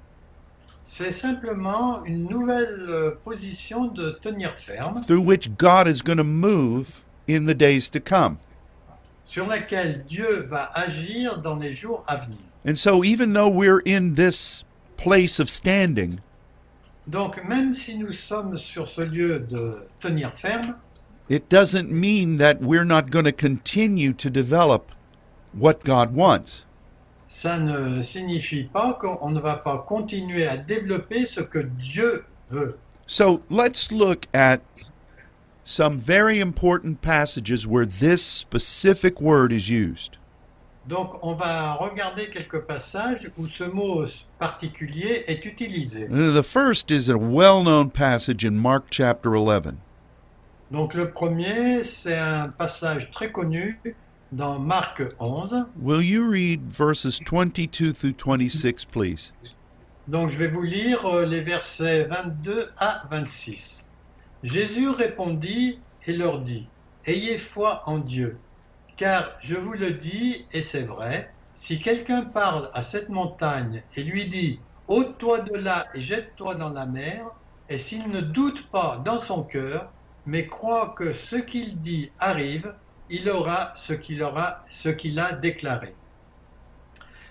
[SPEAKER 2] c'est simplement une nouvelle euh, position de tenir ferme
[SPEAKER 1] through which God is going to move in the days to come.
[SPEAKER 2] sur laquelle Dieu va agir dans les jours à venir.
[SPEAKER 1] And so, even though we're in this place of standing,
[SPEAKER 2] Donc même si nous sommes sur ce lieu de tenir ferme,
[SPEAKER 1] it doesn't mean that we're not going to continue to develop what God wants.
[SPEAKER 2] ça ne signifie pas qu'on ne va pas continuer à développer ce que Dieu veut.
[SPEAKER 1] So let's look at some very important passages where this specific word is used.
[SPEAKER 2] Donc on va regarder quelques passages où ce mot particulier est utilisé.
[SPEAKER 1] Uh, The first is a well known passage in Mark chapter 11.
[SPEAKER 2] Donc le premier, c'est un passage très connu dans Marc 11.
[SPEAKER 1] Will you read verses 22 through 26, please?
[SPEAKER 2] Donc je vais vous lire euh, les versets 22 à 26. Jésus répondit et leur dit, Ayez foi en Dieu, car je vous le dis, et c'est vrai, si quelqu'un parle à cette montagne et lui dit, ôte-toi de là et jette-toi dans la mer, et s'il ne doute pas dans son cœur, mais croit que ce qu'il dit arrive, il aura ce qu'il aura, ce qu'il a déclaré.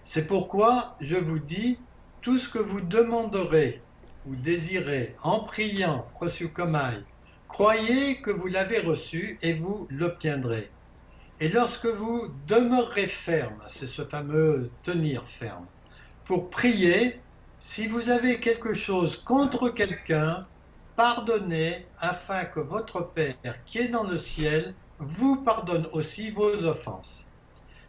[SPEAKER 2] C'est pourquoi je vous dis, tout ce que vous demanderez ou désirez en priant, reçu comme aille, croyez que vous l'avez reçu et vous l'obtiendrez. Et lorsque vous demeurerez ferme, c'est ce fameux tenir ferme, pour prier, si vous avez quelque chose contre quelqu'un, pardonnez afin que votre Père qui est dans le ciel vous pardonne aussi vos offenses.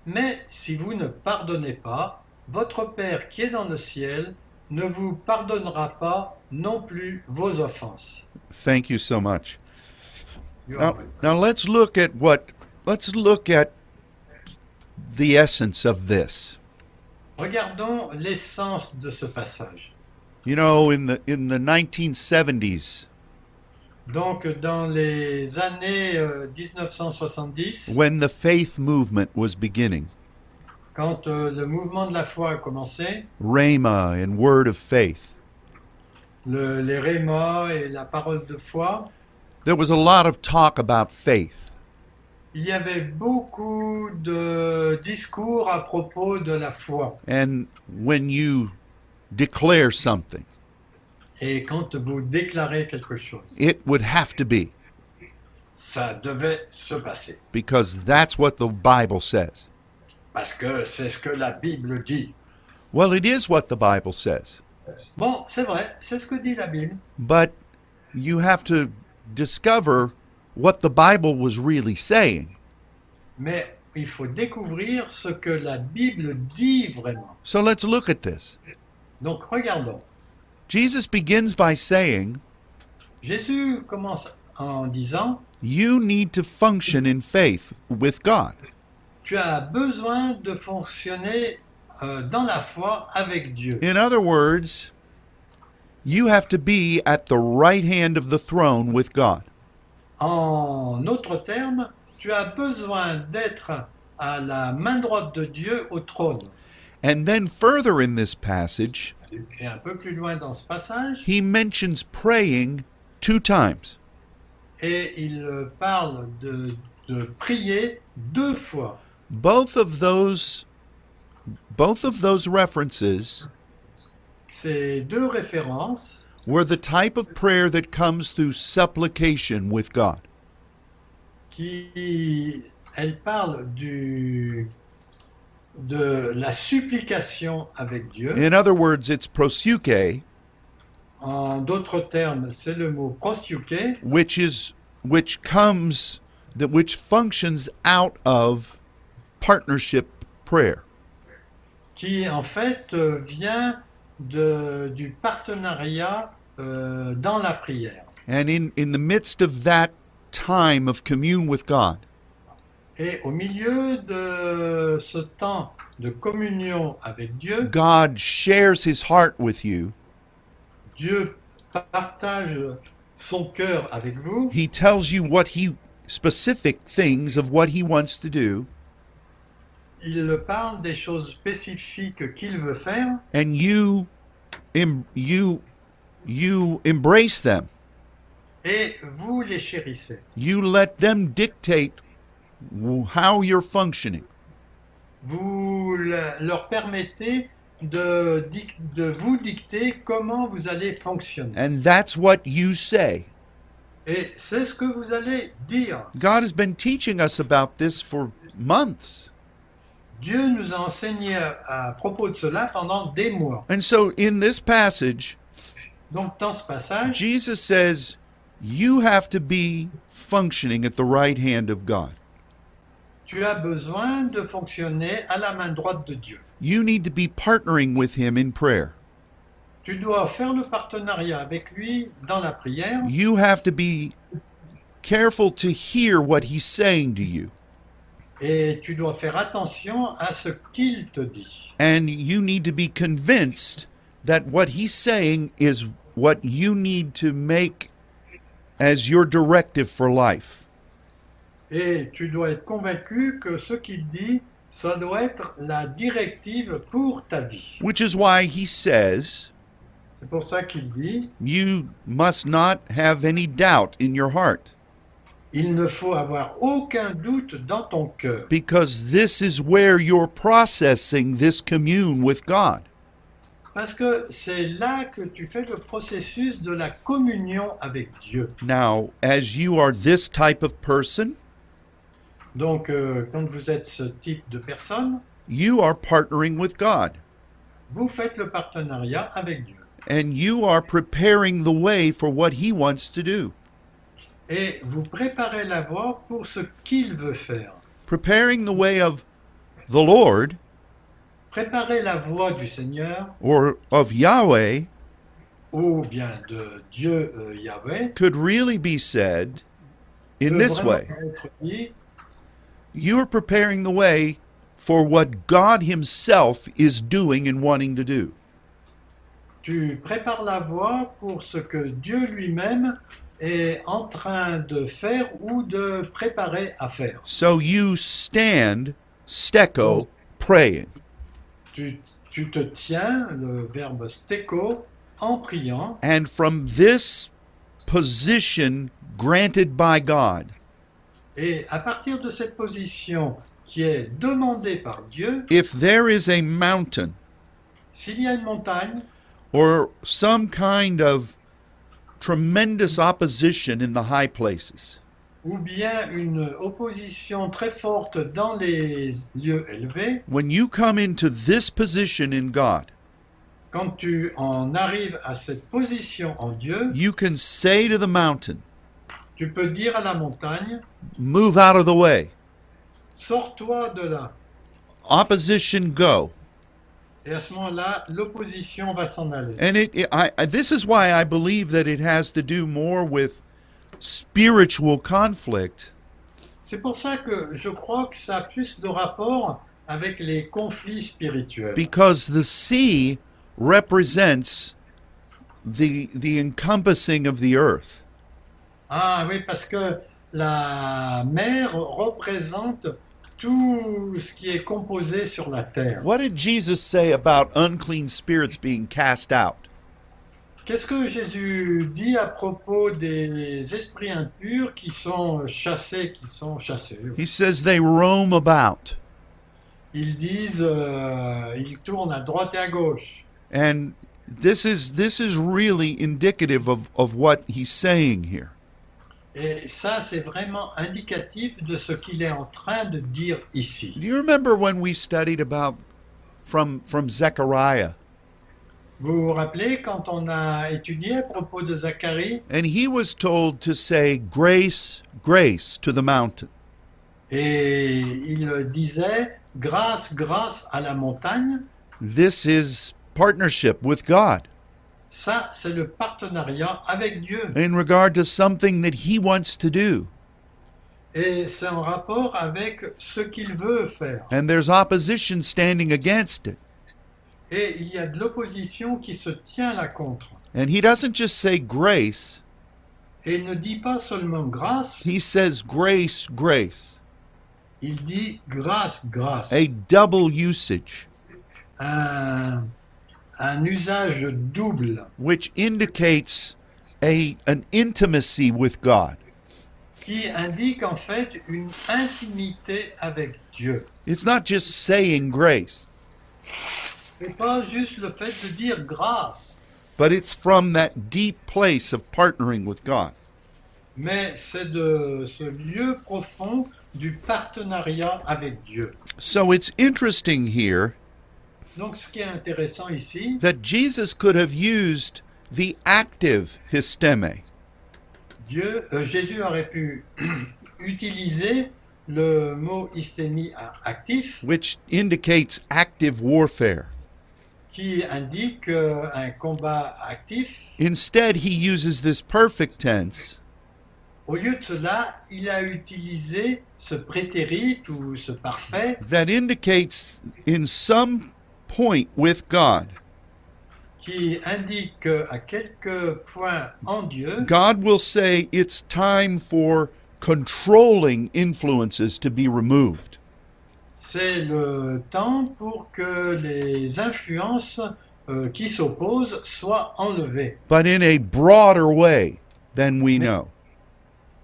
[SPEAKER 2] Mais si vous ne pardonnez pas, votre Père qui est dans le ciel ne vous pardonnera pas non plus vos offenses.
[SPEAKER 1] Thank you so much. Now, now let's look at what let's look at the essence of this.
[SPEAKER 2] Regardons l'essence de ce passage.
[SPEAKER 1] You know, in the in the 1970s,
[SPEAKER 2] Donc, dans les années euh, 1970,
[SPEAKER 1] when the faith movement was beginning,
[SPEAKER 2] quand euh, le mouvement de la foi a commencé,
[SPEAKER 1] Rhema and word of faith,
[SPEAKER 2] le- les rémas et la parole de foi,
[SPEAKER 1] there was a lot of talk about faith.
[SPEAKER 2] il y avait beaucoup de discours à propos de la foi.
[SPEAKER 1] And when you declare something,
[SPEAKER 2] Et quand vous déclarez quelque chose,
[SPEAKER 1] it would have to be
[SPEAKER 2] ça devait se passer.
[SPEAKER 1] because that's what the Bible says.
[SPEAKER 2] Parce que c'est ce que la Bible dit.
[SPEAKER 1] Well, it is what the Bible says,
[SPEAKER 2] Bon, c'est vrai, c'est ce que dit la Bible.
[SPEAKER 1] but you have to discover what the Bible was really saying.
[SPEAKER 2] Mais il faut découvrir ce que la Bible dit vraiment.
[SPEAKER 1] So let's look at this.
[SPEAKER 2] Donc regardons.
[SPEAKER 1] Jesus begins by saying,
[SPEAKER 2] Jésus commence en disant,
[SPEAKER 1] You need to function in faith with God.
[SPEAKER 2] tu as besoin de fonctionner euh, dans la foi avec Dieu.
[SPEAKER 1] In other words, you have to be at the right hand of the throne with God.
[SPEAKER 2] En autres termes, tu as besoin d'être à la main droite de Dieu au trône.
[SPEAKER 1] And then further in this passage,
[SPEAKER 2] Et un peu plus loin dans ce passage,
[SPEAKER 1] he mentions praying two times.
[SPEAKER 2] et il euh, parle de, de prier deux fois.
[SPEAKER 1] Both of those both of those references
[SPEAKER 2] Ces deux références
[SPEAKER 1] were the type of prayer that comes through supplication with God.
[SPEAKER 2] qui, elles parlent du, de la supplication avec Dieu.
[SPEAKER 1] In other words, it's prosuke,
[SPEAKER 2] En d'autres termes, c'est le mot prosuke
[SPEAKER 1] which is which comes that which functions out of partnership prayer.
[SPEAKER 2] qui en fait euh, vient de- du partenariat euh, dans la prière.
[SPEAKER 1] And in, in the midst of that time of commune with God,
[SPEAKER 2] Et au milieu de ce temps de communion avec Dieu,
[SPEAKER 1] God shares his heart with you.
[SPEAKER 2] Dieu partage son cœur avec vous.
[SPEAKER 1] He tells you what he specific things of what he wants to do,
[SPEAKER 2] Il parle des choses spécifiques qu'il veut faire
[SPEAKER 1] and you em, you you embrace them.
[SPEAKER 2] et vous les chérissez.
[SPEAKER 1] You let them dictate w- how you're functioning.
[SPEAKER 2] Vous le- leur permettez de, dic- de vous dicter comment vous allez fonctionner.
[SPEAKER 1] And that's what you say.
[SPEAKER 2] Et c'est ce que vous allez dire.
[SPEAKER 1] God has been teaching us about this for months.
[SPEAKER 2] Dieu nous a enseigné à, à propos de cela pendant des mois.
[SPEAKER 1] And so in this passage,
[SPEAKER 2] Donc dans ce passage,
[SPEAKER 1] Jesus says, You have to be functioning at the right hand of God.
[SPEAKER 2] tu as besoin de fonctionner à la main droite de Dieu.
[SPEAKER 1] You need to be partnering with Him in prayer.
[SPEAKER 2] Tu dois faire le partenariat avec lui dans la prière.
[SPEAKER 1] You have to be careful to hear what He's saying to you.
[SPEAKER 2] Et tu dois faire attention à ce qu'il te dit.
[SPEAKER 1] And you need to be convinced that what He's saying is what you need to make as your directive for life.
[SPEAKER 2] Et tu dois être convaincu que ce qu'il dit, ça doit être la directive pour ta vie.
[SPEAKER 1] Which is why He says,
[SPEAKER 2] C'est pour ça qu'il dit,
[SPEAKER 1] You must not have any doubt in your heart,
[SPEAKER 2] il ne faut avoir aucun doute dans ton cœur,
[SPEAKER 1] because this is where you're processing this commune with God.
[SPEAKER 2] parce que c'est là que tu fais le processus de la communion avec Dieu.
[SPEAKER 1] Now, as you are this type of person,
[SPEAKER 2] Donc euh, quand vous êtes ce type de personne,
[SPEAKER 1] you are partnering with God,
[SPEAKER 2] vous faites le partenariat avec Dieu.
[SPEAKER 1] and you are preparing the way for what He wants to do.
[SPEAKER 2] Et vous préparez la voie pour ce qu'il veut faire.
[SPEAKER 1] Preparing the way of the Lord
[SPEAKER 2] Préparez la voie du Seigneur
[SPEAKER 1] or of Yahweh
[SPEAKER 2] ou bien de Dieu euh, Yahweh
[SPEAKER 1] could really be said in
[SPEAKER 2] peut
[SPEAKER 1] this
[SPEAKER 2] vraiment
[SPEAKER 1] way
[SPEAKER 2] être dit,
[SPEAKER 1] You're preparing the way for what God Himself is doing and wanting to do.
[SPEAKER 2] Tu prépares la voie pour ce que Dieu lui-même est en train de faire ou de préparer à faire.
[SPEAKER 1] So you stand, stecco, praying.
[SPEAKER 2] Tu, tu te tiens, le verbe steko, en priant,
[SPEAKER 1] And from this position granted by God,
[SPEAKER 2] et à partir de cette position qui est demandée par Dieu,
[SPEAKER 1] if there is a mountain
[SPEAKER 2] s'il y a une montagne
[SPEAKER 1] or some kind of tremendous opposition in the high places,
[SPEAKER 2] ou bien une opposition très forte dans les lieux élevés,
[SPEAKER 1] when you come into this position in God,
[SPEAKER 2] quand tu en arrives à cette position en Dieu,
[SPEAKER 1] you can say to the mountain,
[SPEAKER 2] tu peux dire à la montagne,
[SPEAKER 1] Move out of the way,
[SPEAKER 2] sors-toi de là.
[SPEAKER 1] opposition go.
[SPEAKER 2] Et à ce moment-là, l'opposition va s'en aller.
[SPEAKER 1] And it, it- I, I, this is why I believe that it has to do more with spiritual conflict
[SPEAKER 2] C'est pour ça que je crois que ça a plus de rapport avec les conflits spirituels.
[SPEAKER 1] because the sea represents the the encompassing of the earth.
[SPEAKER 2] Ah oui, parce que la mer représente tout ce qui est composé sur la terre.
[SPEAKER 1] What did Jesus say about unclean spirits being cast out?
[SPEAKER 2] Qu'est-ce que Jésus dit à propos des esprits impurs qui sont chassés, qui sont chassés
[SPEAKER 1] He says they roam about
[SPEAKER 2] Ils disent, euh, ils tournent à droite et à gauche.
[SPEAKER 1] and this is this is really indicative of, of what he's saying here.
[SPEAKER 2] Et ça, c'est vraiment indicatif de ce qu'il est en train de dire ici.
[SPEAKER 1] Do you remember when we studied about from from Zechariah
[SPEAKER 2] Vous vous rappelez quand on a étudié à propos de Zacharie
[SPEAKER 1] and he was told to say grace, grace to the mountain.
[SPEAKER 2] et il disait grâce, grâce à la montagne,
[SPEAKER 1] This is partnership with God
[SPEAKER 2] ça c'est le partenariat avec Dieu.
[SPEAKER 1] in regard to something that he wants to do.
[SPEAKER 2] Et c'est en rapport avec ce qu'il veut faire.
[SPEAKER 1] And there's opposition standing against it.
[SPEAKER 2] Et il y a de l'opposition qui se tient là contre.
[SPEAKER 1] And he doesn't just say grace,
[SPEAKER 2] Et il ne dit pas seulement grâce,
[SPEAKER 1] he says grace, grace.
[SPEAKER 2] il dit grâce, grâce.
[SPEAKER 1] A double usage,
[SPEAKER 2] Un, un usage double
[SPEAKER 1] which indicates a an intimacy with God.
[SPEAKER 2] qui indique en fait une intimité avec Dieu.
[SPEAKER 1] It's not just saying grace,
[SPEAKER 2] C'est pas juste le fait de dire grâce,
[SPEAKER 1] but it's from that deep place of partnering with God.
[SPEAKER 2] mais c'est de ce lieu profond du partenariat avec Dieu.
[SPEAKER 1] So it's interesting here
[SPEAKER 2] Donc ce qui est intéressant ici,
[SPEAKER 1] that Jesus could have used the active histeme.
[SPEAKER 2] Dieu, euh, Jésus aurait pu utiliser le mot hystémie à actif
[SPEAKER 1] which indicates active warfare.
[SPEAKER 2] qui indique euh, un combat actif.
[SPEAKER 1] Instead, he uses this perfect tense,
[SPEAKER 2] Au lieu de cela, il a utilisé ce prétérit ou ce parfait
[SPEAKER 1] that indicates in some point with God.
[SPEAKER 2] qui indique euh, à quelques points en Dieu,
[SPEAKER 1] God will say it's time for controlling influences to be removed.
[SPEAKER 2] c'est le temps pour que les influences euh, qui s'opposent soient enlevées,
[SPEAKER 1] But in a broader way than we know.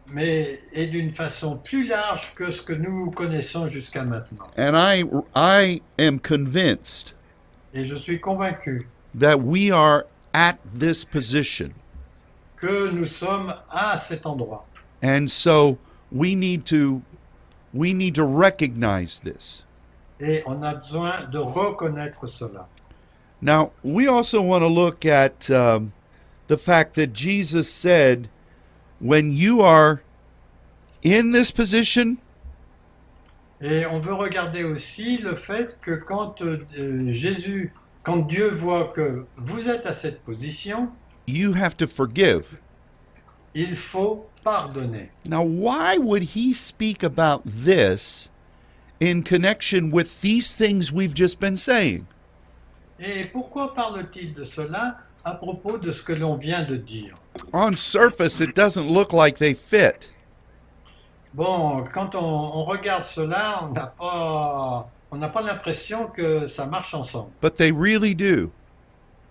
[SPEAKER 2] mais et d'une façon plus large que ce que nous connaissons jusqu'à maintenant.
[SPEAKER 1] And I, I am convinced
[SPEAKER 2] Et je suis convaincu
[SPEAKER 1] that we are at this position.
[SPEAKER 2] que nous sommes à cet endroit.
[SPEAKER 1] And so we need to, we need to recognize this.
[SPEAKER 2] Et on a besoin de reconnaître cela.
[SPEAKER 1] Now, we also want to look at um, the fact that Jesus said, when you are in this position,
[SPEAKER 2] Et on veut regarder aussi le fait que quand euh, Jésus, quand Dieu voit que vous êtes à cette position,
[SPEAKER 1] you have to forgive.
[SPEAKER 2] il faut pardonner.
[SPEAKER 1] Now, why would he speak about this in connection with these things we've just been saying?
[SPEAKER 2] Et pourquoi parle-t-il de cela à propos de ce que l'on vient de dire
[SPEAKER 1] On surface, it doesn't look like they fit.
[SPEAKER 2] Bon, quand on, on regarde cela, on n'a pas, on n'a pas l'impression que ça marche ensemble.
[SPEAKER 1] But they really do.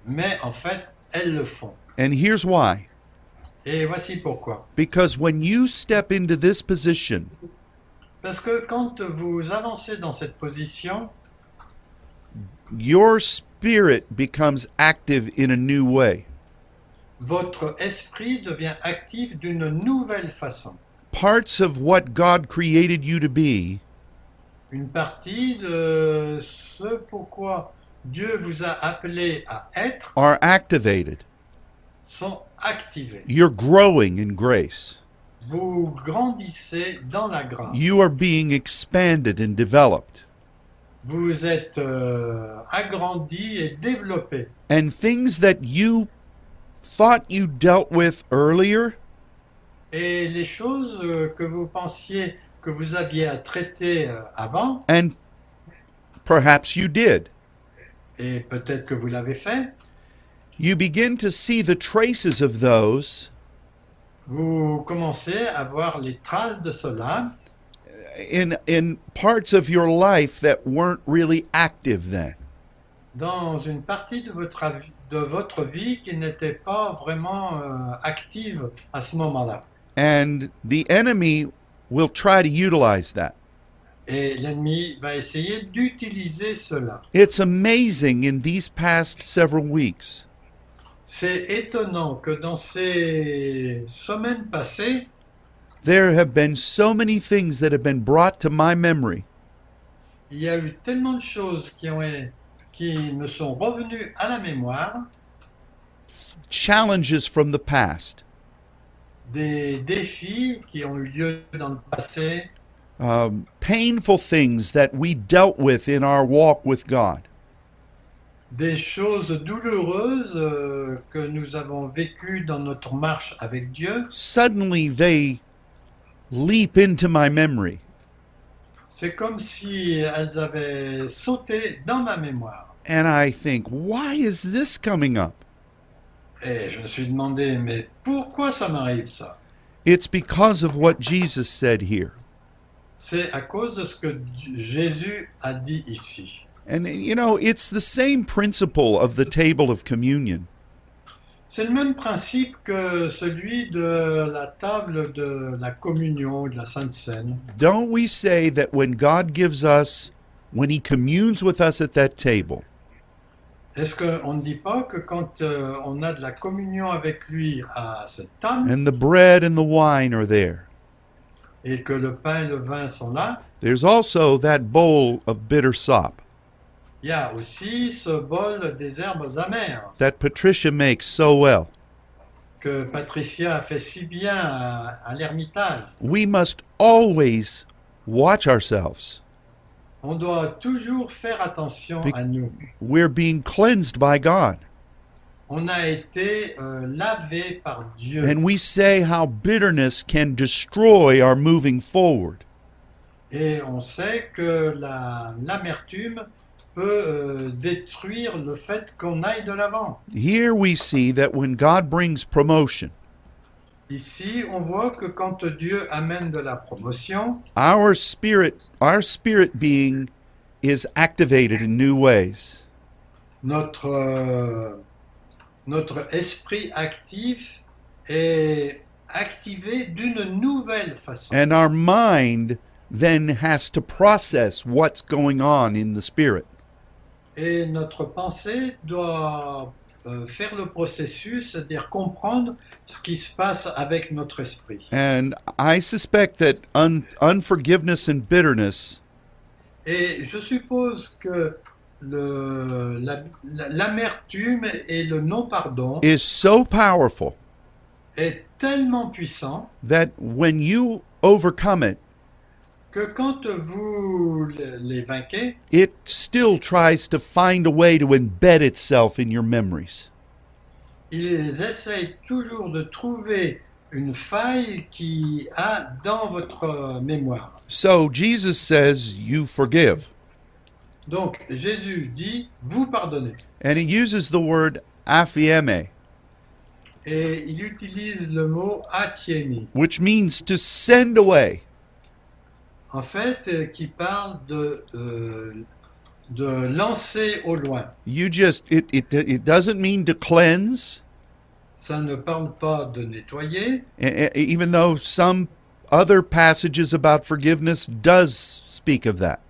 [SPEAKER 2] Mais en fait, elles le font.
[SPEAKER 1] And here's why.
[SPEAKER 2] Et voici pourquoi.
[SPEAKER 1] Because when you step into this position,
[SPEAKER 2] Parce que quand vous avancez dans cette position,
[SPEAKER 1] your spirit becomes active in a new way.
[SPEAKER 2] votre esprit devient actif d'une nouvelle façon.
[SPEAKER 1] parts of what God created you to be
[SPEAKER 2] Une partie de ce pourquoi Dieu vous a appelé à être
[SPEAKER 1] are activated.
[SPEAKER 2] sont activés.
[SPEAKER 1] You're growing in grace.
[SPEAKER 2] Vous grandissez dans la grâce.
[SPEAKER 1] You are being expanded and developed.
[SPEAKER 2] Vous êtes euh, agrandi et développé.
[SPEAKER 1] And things that you thought you dealt with earlier,
[SPEAKER 2] Et les choses euh, que vous pensiez que vous aviez à traiter euh, avant,
[SPEAKER 1] and perhaps you did,
[SPEAKER 2] et peut-être que vous l'avez fait,
[SPEAKER 1] you begin to see the traces of those
[SPEAKER 2] vous commencez à voir les traces de cela
[SPEAKER 1] in, in parts of your life that weren't really active then.
[SPEAKER 2] dans une partie de votre, avi- de votre vie qui n'était pas vraiment euh, active à ce moment-là.
[SPEAKER 1] And the enemy will try to utilize that.
[SPEAKER 2] Et l'ennemi va essayer d'utiliser cela.
[SPEAKER 1] It's amazing in these past several weeks
[SPEAKER 2] C'est étonnant que dans ces semaines passées,
[SPEAKER 1] There have been so many things that have been brought to my memory
[SPEAKER 2] Il y a eu tellement de choses qui, ont, qui me sont revenues à la mémoire,
[SPEAKER 1] challenges from the past,
[SPEAKER 2] des défis qui ont eu lieu dans le passé,
[SPEAKER 1] um, painful things that we dealt with in our walk with God.
[SPEAKER 2] des choses douloureuses euh, que nous avons vécues dans notre marche avec Dieu.
[SPEAKER 1] Suddenly they leap into my memory.
[SPEAKER 2] C'est comme si elles avaient sauté dans ma mémoire.
[SPEAKER 1] And I think, why is this coming up?
[SPEAKER 2] Et je me suis demandé, mais pourquoi ça m'arrive ça
[SPEAKER 1] It's because of what Jesus said here.
[SPEAKER 2] C'est à cause de ce que Dieu- Jésus a dit ici.
[SPEAKER 1] And, you know, it's the same principle of the table of communion.
[SPEAKER 2] C'est le même principe que celui de la table de la communion, de la Sainte Seine.
[SPEAKER 1] Don't we say that when God gives us, when He communes with us at that table,
[SPEAKER 2] Est-ce qu'on ne dit pas que quand euh, on a de la communion avec lui à cette table
[SPEAKER 1] and the bread and the wine are there,
[SPEAKER 2] et que le pain et le vin sont là,
[SPEAKER 1] there's also that bowl of bitter sop
[SPEAKER 2] il y a aussi ce bol des herbes amères
[SPEAKER 1] that Patricia makes so well?
[SPEAKER 2] que Patricia a fait si bien à, à l'Ermitage.
[SPEAKER 1] We must always watch ourselves.
[SPEAKER 2] On doit toujours faire attention
[SPEAKER 1] Puis-
[SPEAKER 2] à nous.
[SPEAKER 1] We're being cleansed by God.
[SPEAKER 2] On a été euh, lavé par Dieu.
[SPEAKER 1] And we say how bitterness can destroy our moving forward.
[SPEAKER 2] Et on sait que la- l'amertume peut euh, détruire le fait qu'on aille de l'avant.
[SPEAKER 1] Here we see that when God brings promotion,
[SPEAKER 2] Ici, on voit que quand Dieu amène de la promotion,
[SPEAKER 1] our spirit, our spirit being is activated in new ways.
[SPEAKER 2] notre, euh, notre esprit actif est activé d'une nouvelle façon.
[SPEAKER 1] And our mind then has to process what's going on in the spirit.
[SPEAKER 2] Et notre pensée doit euh, faire le processus, c'est-à-dire comprendre ce qui se passe avec notre esprit.
[SPEAKER 1] And I suspect that un- unforgiveness and bitterness
[SPEAKER 2] Et je suppose que le- la- la- l'amertume et le non-pardon
[SPEAKER 1] is so powerful
[SPEAKER 2] est tellement puissant
[SPEAKER 1] that when you overcome it,
[SPEAKER 2] que quand vous le- les vainquez,
[SPEAKER 1] it still tries to find a way to embed itself in your memories.
[SPEAKER 2] ils essayent toujours de trouver une faille qui a dans votre mémoire.
[SPEAKER 1] So Jesus says, You forgive.
[SPEAKER 2] Donc Jésus dit, vous pardonnez.
[SPEAKER 1] And he uses the word aphieme,
[SPEAKER 2] Et il utilise le mot atiemi,
[SPEAKER 1] which means to send away.
[SPEAKER 2] en fait, euh, qui parle de, euh, de lancer au loin.
[SPEAKER 1] You just, it, it, it doesn't mean to cleanse,
[SPEAKER 2] Ça ne parle pas de nettoyer,
[SPEAKER 1] e- e- even though some other passages about forgiveness does speak of that.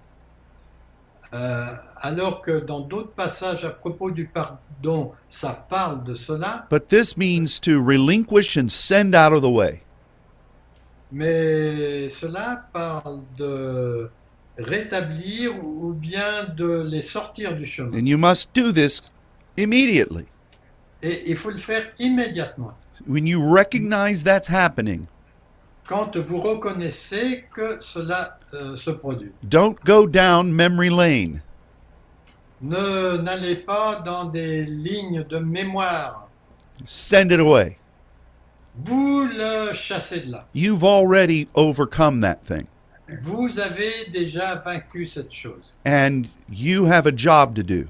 [SPEAKER 2] euh, alors que dans d'autres passages à propos du pardon, ça parle de cela,
[SPEAKER 1] But this means to relinquish and send out of the way.
[SPEAKER 2] mais cela parle de rétablir ou bien de les sortir du chemin.
[SPEAKER 1] And you must do this immediately.
[SPEAKER 2] Et il faut le faire immédiatement,
[SPEAKER 1] When you recognize that's happening,
[SPEAKER 2] quand vous reconnaissez que cela euh, se produit.
[SPEAKER 1] Don't go down memory lane.
[SPEAKER 2] Ne n'allez pas dans des lignes de mémoire.
[SPEAKER 1] Send it away.
[SPEAKER 2] Vous le chassez de là.
[SPEAKER 1] You've already overcome that thing,
[SPEAKER 2] Vous avez déjà vaincu cette chose.
[SPEAKER 1] and you have a job to do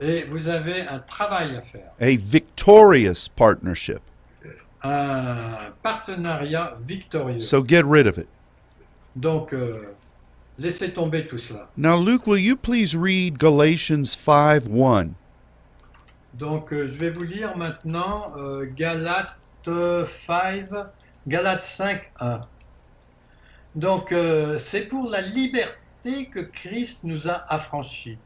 [SPEAKER 2] Et vous avez un travail à faire.
[SPEAKER 1] a victorious partnership.
[SPEAKER 2] Un partenariat victorieux.
[SPEAKER 1] So get rid of it.
[SPEAKER 2] Donc, euh, laissez tomber tout cela.
[SPEAKER 1] Now, Luke, will you please read Galatians 5 1?
[SPEAKER 2] Donc, euh, je vais vous lire maintenant euh, Galate 5, Galate 5, 1. Donc, euh, c'est pour la liberté que Christ nous a affranchis.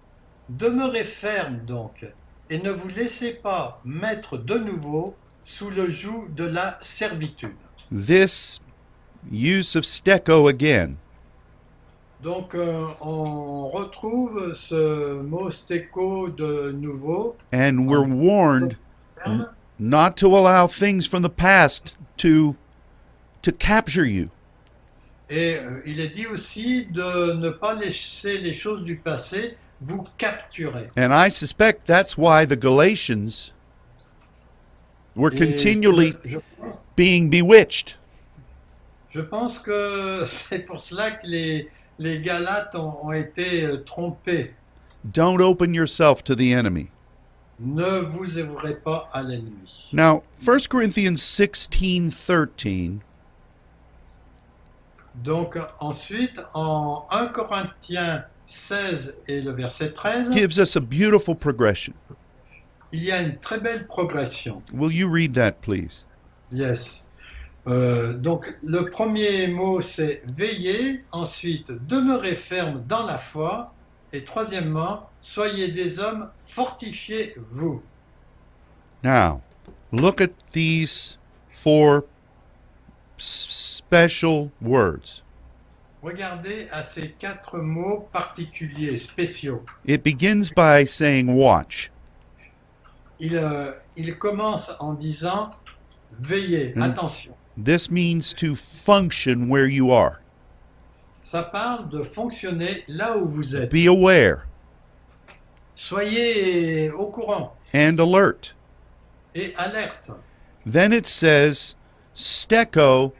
[SPEAKER 2] Demeurez fermes donc, et ne vous laissez pas mettre de nouveau sous le joug de la servitude.
[SPEAKER 1] This use of stecco again.
[SPEAKER 2] Donc euh, on retrouve ce mot stéco de nouveau.
[SPEAKER 1] And we're warned not to allow things from the past to to capture you.
[SPEAKER 2] Et euh, il est dit aussi de ne pas laisser les choses du passé vous capturer.
[SPEAKER 1] And I suspect that's why the Galatians were
[SPEAKER 2] Et
[SPEAKER 1] continually
[SPEAKER 2] je- je pense-
[SPEAKER 1] being bewitched.
[SPEAKER 2] Je pense que c'est pour cela que les, les Galates ont, ont été euh, trompés.
[SPEAKER 1] Don't open yourself to the enemy.
[SPEAKER 2] Ne vous ouvrez pas à l'ennemi.
[SPEAKER 1] Now, 1 Corinthians 16:13
[SPEAKER 2] Donc ensuite, en 1 Corinthiens 16 et le verset 13,
[SPEAKER 1] gives us a beautiful progression.
[SPEAKER 2] il y a une très belle progression.
[SPEAKER 1] Will you read that, please?
[SPEAKER 2] Yes. Euh, donc le premier mot c'est veiller, ensuite demeurez ferme dans la foi, et troisièmement, soyez des hommes, fortifiez-vous.
[SPEAKER 1] Now, look at these four s- special words.
[SPEAKER 2] Regardez à ces quatre mots particuliers, spéciaux.
[SPEAKER 1] It begins by saying watch.
[SPEAKER 2] Il, euh, il commence en disant veillez,
[SPEAKER 1] Mm.
[SPEAKER 2] attention.
[SPEAKER 1] This means to function where you are.
[SPEAKER 2] Ça parle de fonctionner là où vous êtes.
[SPEAKER 1] Be aware
[SPEAKER 2] Soyez au courant
[SPEAKER 1] and alert.
[SPEAKER 2] et alerte.
[SPEAKER 1] Then it says stecco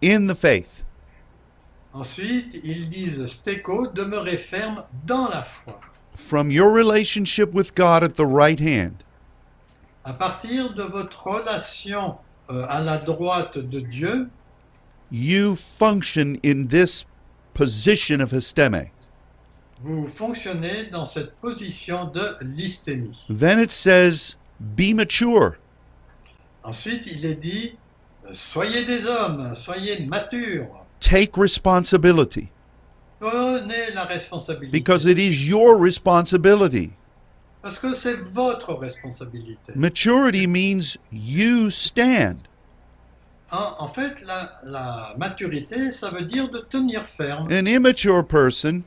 [SPEAKER 1] in the faith.
[SPEAKER 2] Ensuite, ils disent Stéco, demeurez ferme dans la foi.
[SPEAKER 1] From your relationship with God at the right hand,
[SPEAKER 2] À partir de votre relation euh, à la droite de Dieu,
[SPEAKER 1] you function in this position of histeme.
[SPEAKER 2] vous fonctionnez dans cette position de lystémie.
[SPEAKER 1] Then it says be mature.
[SPEAKER 2] Ensuite, il est dit euh, Soyez des hommes, soyez matures,
[SPEAKER 1] Take responsibility
[SPEAKER 2] prenez la responsabilité.
[SPEAKER 1] because it is your responsibility.
[SPEAKER 2] Parce que c'est votre responsabilité.
[SPEAKER 1] Maturity means you stand.
[SPEAKER 2] En, en fait, la, la maturité, ça veut dire de tenir ferme.
[SPEAKER 1] An immature person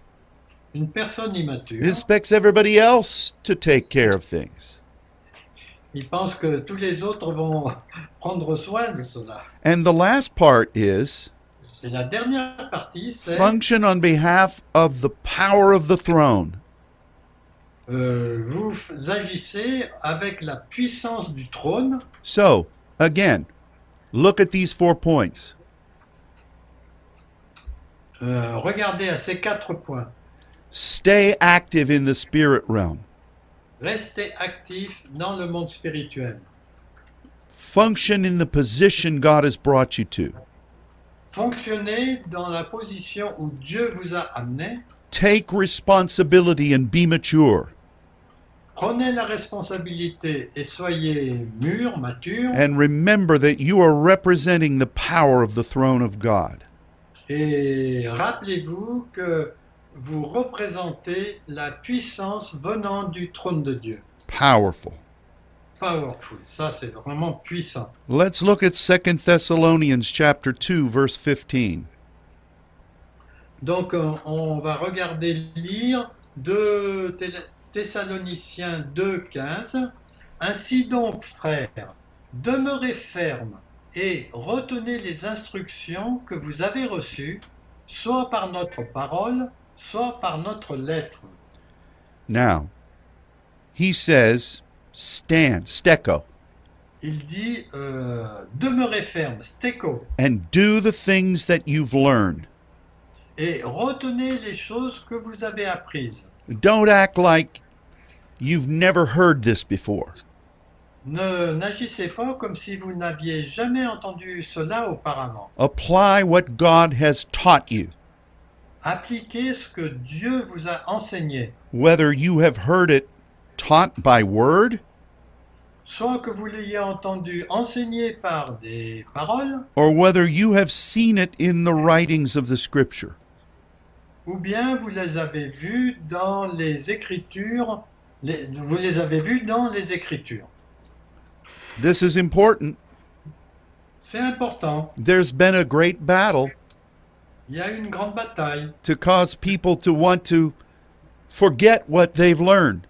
[SPEAKER 2] Une personne immature,
[SPEAKER 1] expects everybody else to take care of things.
[SPEAKER 2] il pense que tous les autres vont prendre soin de cela.
[SPEAKER 1] And the last part is
[SPEAKER 2] Et la dernière partie, c'est
[SPEAKER 1] function on behalf of the power of the throne.
[SPEAKER 2] euh, vous f- agissez avec la puissance du trône.
[SPEAKER 1] So, again, look at these four points.
[SPEAKER 2] Euh, regardez à ces quatre points.
[SPEAKER 1] Stay active in the spirit realm,
[SPEAKER 2] Restez actif dans le monde spirituel.
[SPEAKER 1] function in the position God has brought you to,
[SPEAKER 2] Fonctionnez dans la position où Dieu vous a amené.
[SPEAKER 1] take responsibility and be mature,
[SPEAKER 2] Prenez la responsabilité et soyez mûr, mature.
[SPEAKER 1] and remember that you are representing the power of the throne of God.
[SPEAKER 2] Et rappelez-vous que vous représentez la puissance venant du trône de Dieu.
[SPEAKER 1] Powerful.
[SPEAKER 2] Powerful, ça c'est vraiment puissant.
[SPEAKER 1] Let's look at 2 Thessalonians chapter 2 verse 15.
[SPEAKER 2] Donc on, on va regarder lire de Thé- Thessaloniciens 2.15. Ainsi donc, frères, demeurez fermes et retenez les instructions que vous avez reçues, soit par notre parole, soit par notre lettre.
[SPEAKER 1] Now, he says, stand, stecco,
[SPEAKER 2] Il dit euh, demeurez ferme, stéco,
[SPEAKER 1] and do the things that you've learned.
[SPEAKER 2] et retenez les choses que vous avez apprises.
[SPEAKER 1] Don't act like you've never heard this before.
[SPEAKER 2] Ne n'agissez pas comme si vous n'aviez jamais entendu cela auparavant.
[SPEAKER 1] Apply what God has taught you,
[SPEAKER 2] Appliquez ce que Dieu vous a enseigné,
[SPEAKER 1] whether you have heard it taught by word
[SPEAKER 2] soit que vous l'ayez entendu enseigné par des paroles,
[SPEAKER 1] or whether you have seen it in the writings of the scripture.
[SPEAKER 2] ou bien vous les avez vues dans les Écritures. les- vous les avez vues dans les Écritures.
[SPEAKER 1] This is important.
[SPEAKER 2] C'est important.
[SPEAKER 1] There's been a great battle
[SPEAKER 2] Il y a eu une grande bataille
[SPEAKER 1] to cause people to want to forget what they've learned,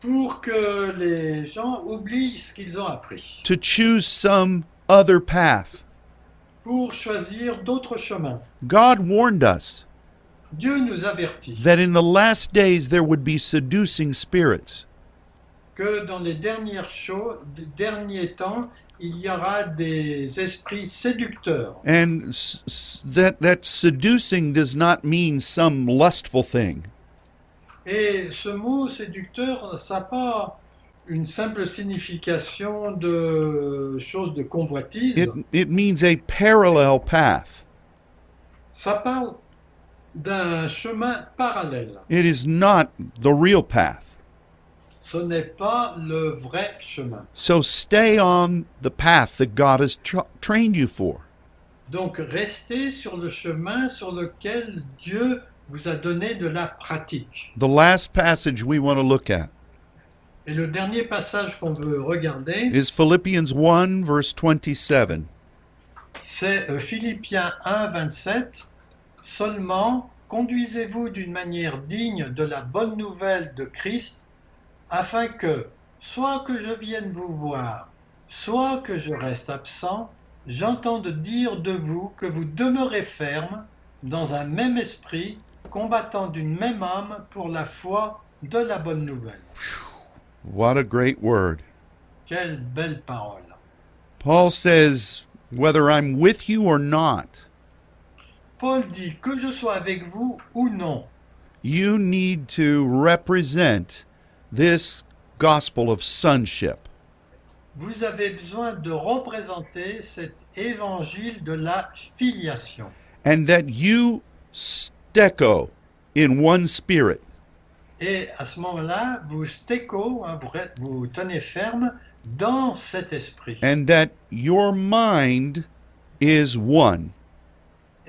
[SPEAKER 2] pour que les gens oublient ce qu'ils ont appris,
[SPEAKER 1] to choose some other path.
[SPEAKER 2] pour choisir d'autres chemins.
[SPEAKER 1] God warned us
[SPEAKER 2] Dieu nous avertit
[SPEAKER 1] that in the last days there would be seducing spirits.
[SPEAKER 2] que dans les dernières cho- des derniers temps, il y aura des esprits séducteurs.
[SPEAKER 1] And s- s- that, that seducing does not mean some lustful thing.
[SPEAKER 2] Et ce mot séducteur, ça n'a pas une simple signification de chose de convoitise.
[SPEAKER 1] It, it means a parallel path.
[SPEAKER 2] Ça parle d'un chemin parallèle.
[SPEAKER 1] It is not the real path.
[SPEAKER 2] Ce n'est pas le vrai chemin.
[SPEAKER 1] So stay on the path that God has tra- trained you for.
[SPEAKER 2] Donc restez sur le chemin sur lequel Dieu vous a donné de la pratique.
[SPEAKER 1] The last passage we want to look at
[SPEAKER 2] Et le dernier passage qu'on veut regarder,
[SPEAKER 1] is Philippians 1, verse 27.
[SPEAKER 2] c'est euh, Philippiens 1, 27. Seulement, conduisez-vous d'une manière digne de la bonne nouvelle de Christ, afin que, soit que je vienne vous voir, soit que je reste absent, j'entende dire de vous que vous demeurez ferme dans un même esprit, combattant d'une même âme pour la foi de la bonne nouvelle.
[SPEAKER 1] What a great word.
[SPEAKER 2] Quelle belle parole.
[SPEAKER 1] Paul says, whether I'm with you or not,
[SPEAKER 2] Paul dit que je sois avec vous ou non,
[SPEAKER 1] you need to represent this gospel of sonship.
[SPEAKER 2] Vous avez besoin de représenter cet évangile de la filiation
[SPEAKER 1] and that you stecco in one spirit.
[SPEAKER 2] et à ce moment-là, vous stéco, hein, vous, re- vous tenez ferme dans cet esprit.
[SPEAKER 1] and that your mind is one.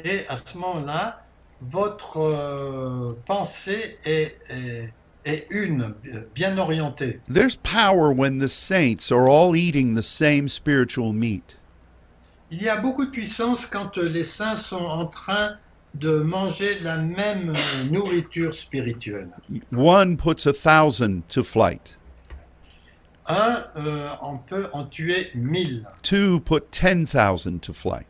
[SPEAKER 2] Et à ce moment-là, votre euh, pensée est, est- est une, euh, bien orientée.
[SPEAKER 1] There's power when the saints are all eating the same spiritual meat.
[SPEAKER 2] Il y a beaucoup de puissance quand euh, les saints sont en train de manger la même euh, nourriture spirituelle.
[SPEAKER 1] One puts a thousand to flight,
[SPEAKER 2] Un, euh, on peut en tuer mille.
[SPEAKER 1] two put 10,000 to flight.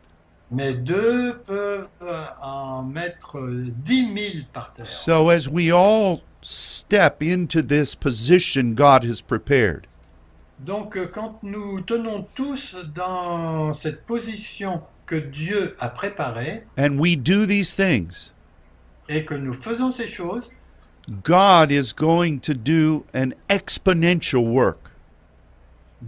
[SPEAKER 2] mais deux peuvent euh, en mettre dix mille par terre.
[SPEAKER 1] So as we all step into this position God has prepared,
[SPEAKER 2] Donc euh, quand nous tenons tous dans cette position que Dieu a préparée
[SPEAKER 1] and we do these things,
[SPEAKER 2] et que nous faisons ces choses,
[SPEAKER 1] God is going to do an exponential work.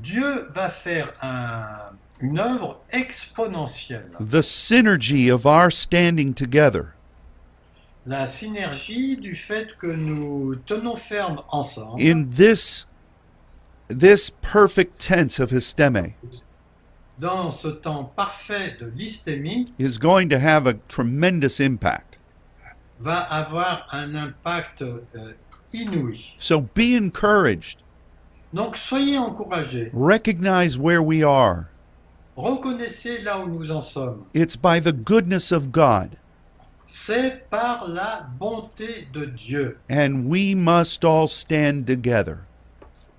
[SPEAKER 2] Dieu va faire un- une œuvre exponentielle.
[SPEAKER 1] the synergy of our standing together
[SPEAKER 2] La synergie du fait que nous tenons ferme ensemble
[SPEAKER 1] in this this perfect tense of histeme
[SPEAKER 2] dans ce temps parfait de l'hystémie
[SPEAKER 1] is going to have a tremendous impact.
[SPEAKER 2] va avoir un impact euh, inouï.
[SPEAKER 1] So be encouraged.
[SPEAKER 2] Donc soyez encouragés.
[SPEAKER 1] Recognize where we are.
[SPEAKER 2] Reconnaissez là où nous en sommes.
[SPEAKER 1] It's by the goodness of God,
[SPEAKER 2] C'est par la bonté de Dieu.
[SPEAKER 1] and we must all stand together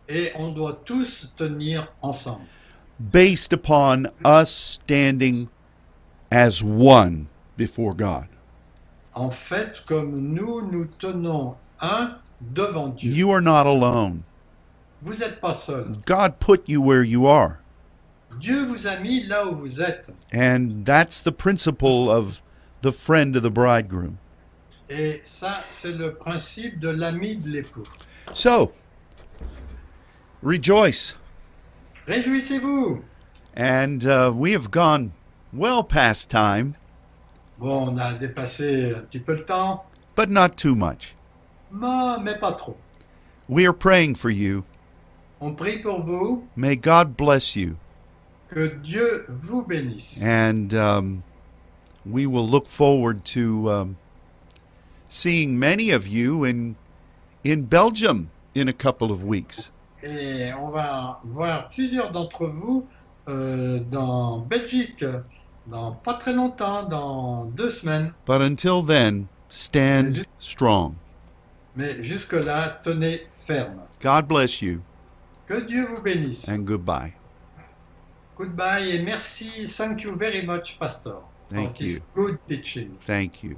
[SPEAKER 2] Et on doit tous tenir ensemble.
[SPEAKER 1] based upon us standing as one before God.
[SPEAKER 2] En fait, comme nous, nous tenons un devant Dieu.
[SPEAKER 1] You are not alone.
[SPEAKER 2] Vous n'êtes pas seul.
[SPEAKER 1] God put you where you are.
[SPEAKER 2] Dieu vous a mis là où vous êtes.
[SPEAKER 1] And that's the principle of the friend of the bridegroom.
[SPEAKER 2] Et ça, c'est le principe de l'ami de l'époux.
[SPEAKER 1] So, rejoice.
[SPEAKER 2] Réjouissez-vous.
[SPEAKER 1] And uh, we have gone well past time,
[SPEAKER 2] Bon, on a dépassé un petit peu le temps,
[SPEAKER 1] but not too much.
[SPEAKER 2] mais mais pas trop.
[SPEAKER 1] We are praying for you.
[SPEAKER 2] On prie pour vous.
[SPEAKER 1] May God bless you.
[SPEAKER 2] Que Dieu vous bénisse.
[SPEAKER 1] And um, we will look forward to um, seeing many of you in, in Belgium in a couple of weeks.
[SPEAKER 2] Et on va voir plusieurs d'entre vous euh, dans Belgique dans pas très longtemps, dans deux semaines.
[SPEAKER 1] But until then, stand strong.
[SPEAKER 2] Mais jusque-là, tenez ferme.
[SPEAKER 1] God bless you
[SPEAKER 2] Que Dieu vous bénisse.
[SPEAKER 1] and goodbye.
[SPEAKER 2] Goodbye et merci. Thank you very much, Pastor.
[SPEAKER 1] Thank
[SPEAKER 2] for this
[SPEAKER 1] you.
[SPEAKER 2] good teaching.
[SPEAKER 1] Thank you.